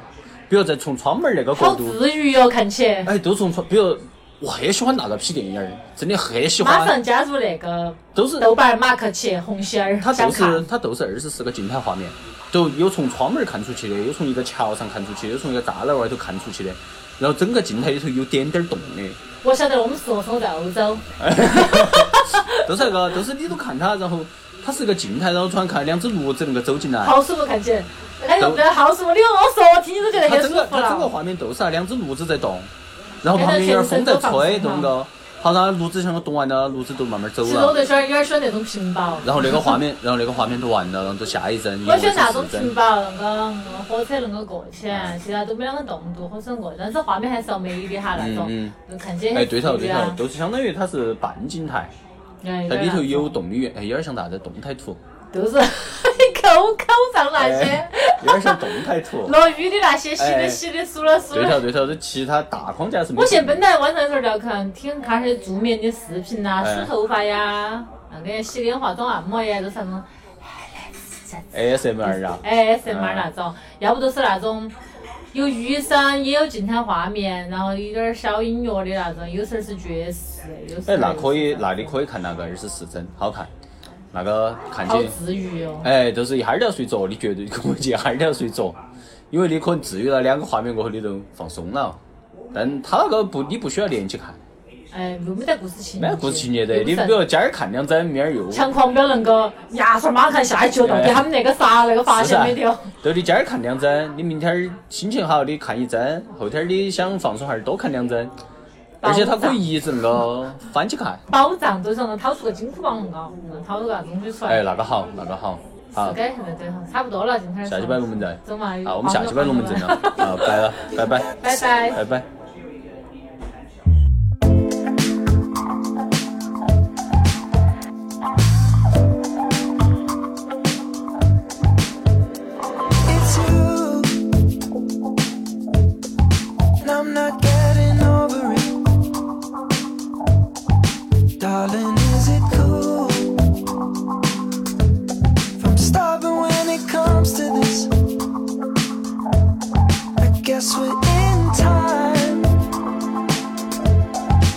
[SPEAKER 3] 比如在从窗门儿那个角
[SPEAKER 2] 好
[SPEAKER 3] 度，
[SPEAKER 2] 治愈哟，看起。
[SPEAKER 3] 哎，都从窗，比如我很喜欢那个批电影儿，真的很喜
[SPEAKER 2] 马
[SPEAKER 3] 欢，
[SPEAKER 2] 上加入那个
[SPEAKER 3] 都是
[SPEAKER 2] 豆瓣儿马克去红心儿，
[SPEAKER 3] 它
[SPEAKER 2] 想
[SPEAKER 3] 都
[SPEAKER 2] 看
[SPEAKER 3] 是。它都是二十四个静态画面，就有从窗门儿看出去的，有从一个桥上看出去的，有从一个栅栏外头看出去的，然后整个静态里头有点点儿动的。
[SPEAKER 2] 我晓得我们适合生活在欧洲。
[SPEAKER 3] 都是那个，都是你都看它，然后它是一个静态，然后突然看两只骡子能够走进来，
[SPEAKER 2] 好舒服，看起，感觉真的好舒服。你跟我说，我听你都觉得
[SPEAKER 3] 它
[SPEAKER 2] 很
[SPEAKER 3] 整
[SPEAKER 2] 舒
[SPEAKER 3] 个
[SPEAKER 2] 服
[SPEAKER 3] 它整个
[SPEAKER 2] 了。哎
[SPEAKER 3] 画面都是啊两只骡子在动，然后旁边有点风在吹，动个，好像骡子像个动完了，骡子都慢慢走
[SPEAKER 2] 其实我
[SPEAKER 3] 了。
[SPEAKER 2] 对喜欢有点喜欢那种屏保，
[SPEAKER 3] 然后那个画面，然后那个画面都完了，然后就下一帧，
[SPEAKER 2] 我喜欢那种
[SPEAKER 3] 一帧
[SPEAKER 2] 屏保，那个嗯火车能够过去，其他都没啷个动度，火车能过去，但是画面还是要美的哈那种
[SPEAKER 3] 嗯，
[SPEAKER 2] 就看起
[SPEAKER 3] 哎，
[SPEAKER 2] 很
[SPEAKER 3] 对
[SPEAKER 2] 刺
[SPEAKER 3] 头
[SPEAKER 2] 激
[SPEAKER 3] 对头，
[SPEAKER 2] 啊。
[SPEAKER 3] 都是相当于它是半静态，
[SPEAKER 2] 哎，
[SPEAKER 3] 它里头
[SPEAKER 2] 有
[SPEAKER 3] 有动力源，哎，有点像啥子动态图，
[SPEAKER 2] 点那种，都是口口上那些
[SPEAKER 3] 哎有点像动态 图。
[SPEAKER 2] 落雨的那些，洗的
[SPEAKER 3] 哎
[SPEAKER 2] 洗的，数了数
[SPEAKER 3] 对
[SPEAKER 2] 了
[SPEAKER 3] 头。对头，这其他大框架是没。
[SPEAKER 2] 我现在本来晚上有时候要看，听看些助眠的视频呐，
[SPEAKER 3] 哎
[SPEAKER 2] 梳头发呀，那个洗脸、化妆、按摩呀，都是那种
[SPEAKER 3] ASMR 啊，
[SPEAKER 2] ASMR 那种，要不就是那种有雨声也有静态画面，然后有点儿小音乐的那种，有时候是爵士，有时候
[SPEAKER 3] 哎，那可以，那你
[SPEAKER 2] 以，
[SPEAKER 3] 可以看那个二十四帧，好看，那个看
[SPEAKER 2] 好
[SPEAKER 3] 起，
[SPEAKER 2] 治愈哦。
[SPEAKER 3] 哎，就是一哈儿都要睡着，你绝对跟我去一哈儿都要睡着，因为你可能治愈了两个画面过后，你就放松了。但他那个不，你不需要连起看，
[SPEAKER 2] 哎，又没得故事情节，
[SPEAKER 3] 没故事情节的。
[SPEAKER 2] 又不
[SPEAKER 3] 你
[SPEAKER 2] 是
[SPEAKER 3] 比如今儿看两帧，明儿又，
[SPEAKER 2] 强狂表能够牙刷马看下一集了，
[SPEAKER 3] 哎啊
[SPEAKER 2] 给他们那个啥那个发现没得哦？
[SPEAKER 3] 对，你今儿看两帧，你明天儿心情好，你看一帧，后天儿你想放松哈儿多看两帧，而且它可以一直那个翻起看。
[SPEAKER 2] 宝藏都是能掏出个金箍棒那个，能掏出个啥东西出来
[SPEAKER 3] 哎，。那个好，那个好，好
[SPEAKER 2] 是，该现在对哈，差不多了，今天儿
[SPEAKER 3] 下期摆龙门阵，
[SPEAKER 2] 走嘛，
[SPEAKER 3] 啊，我们下期摆龙门 阵了，啊，拜了，拜拜。
[SPEAKER 2] 拜拜。
[SPEAKER 3] 拜拜。
[SPEAKER 1] It's you. And I'm not getting over it. Darling, is it cool? If I'm starving when it comes to this, I guess we're in time.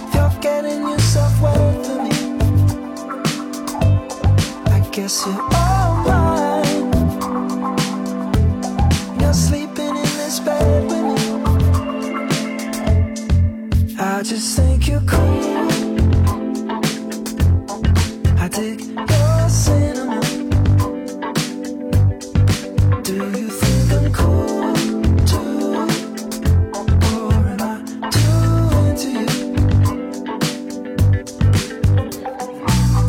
[SPEAKER 1] If you're getting yourself well for me, I guess you're all mine. You're sleeping in this bed with me. I just think you're cool. I dig your cinnamon. Do you think I'm cool too? Or am I too into you?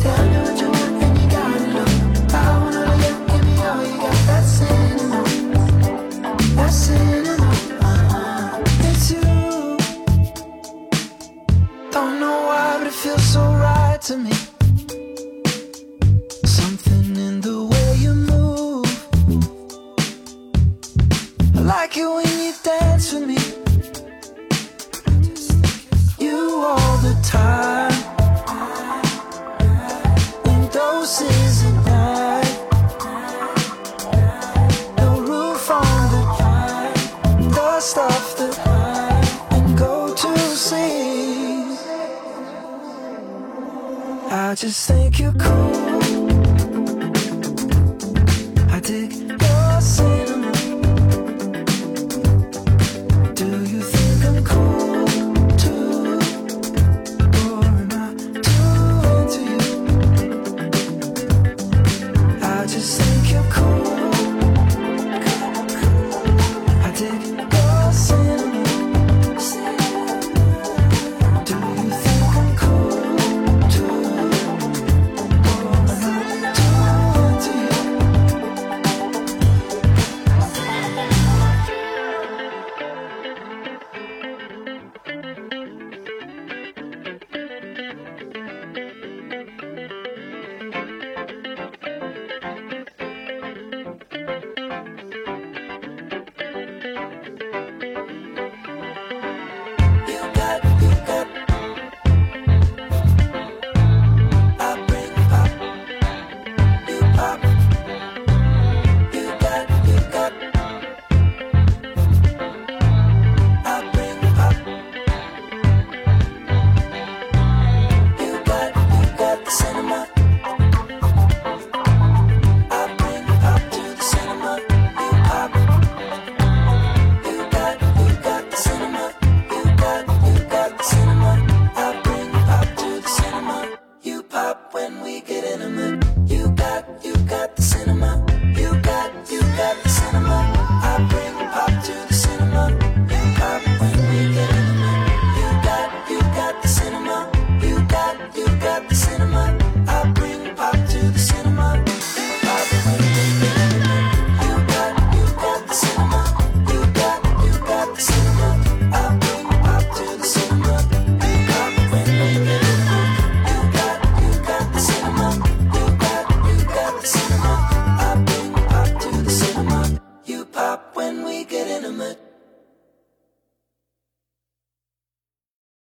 [SPEAKER 1] Tell me what you want and you gotta know. I wanna love you, give me all you got. That's cinnamon. That's It's you. Don't know I just think you're cool. I dig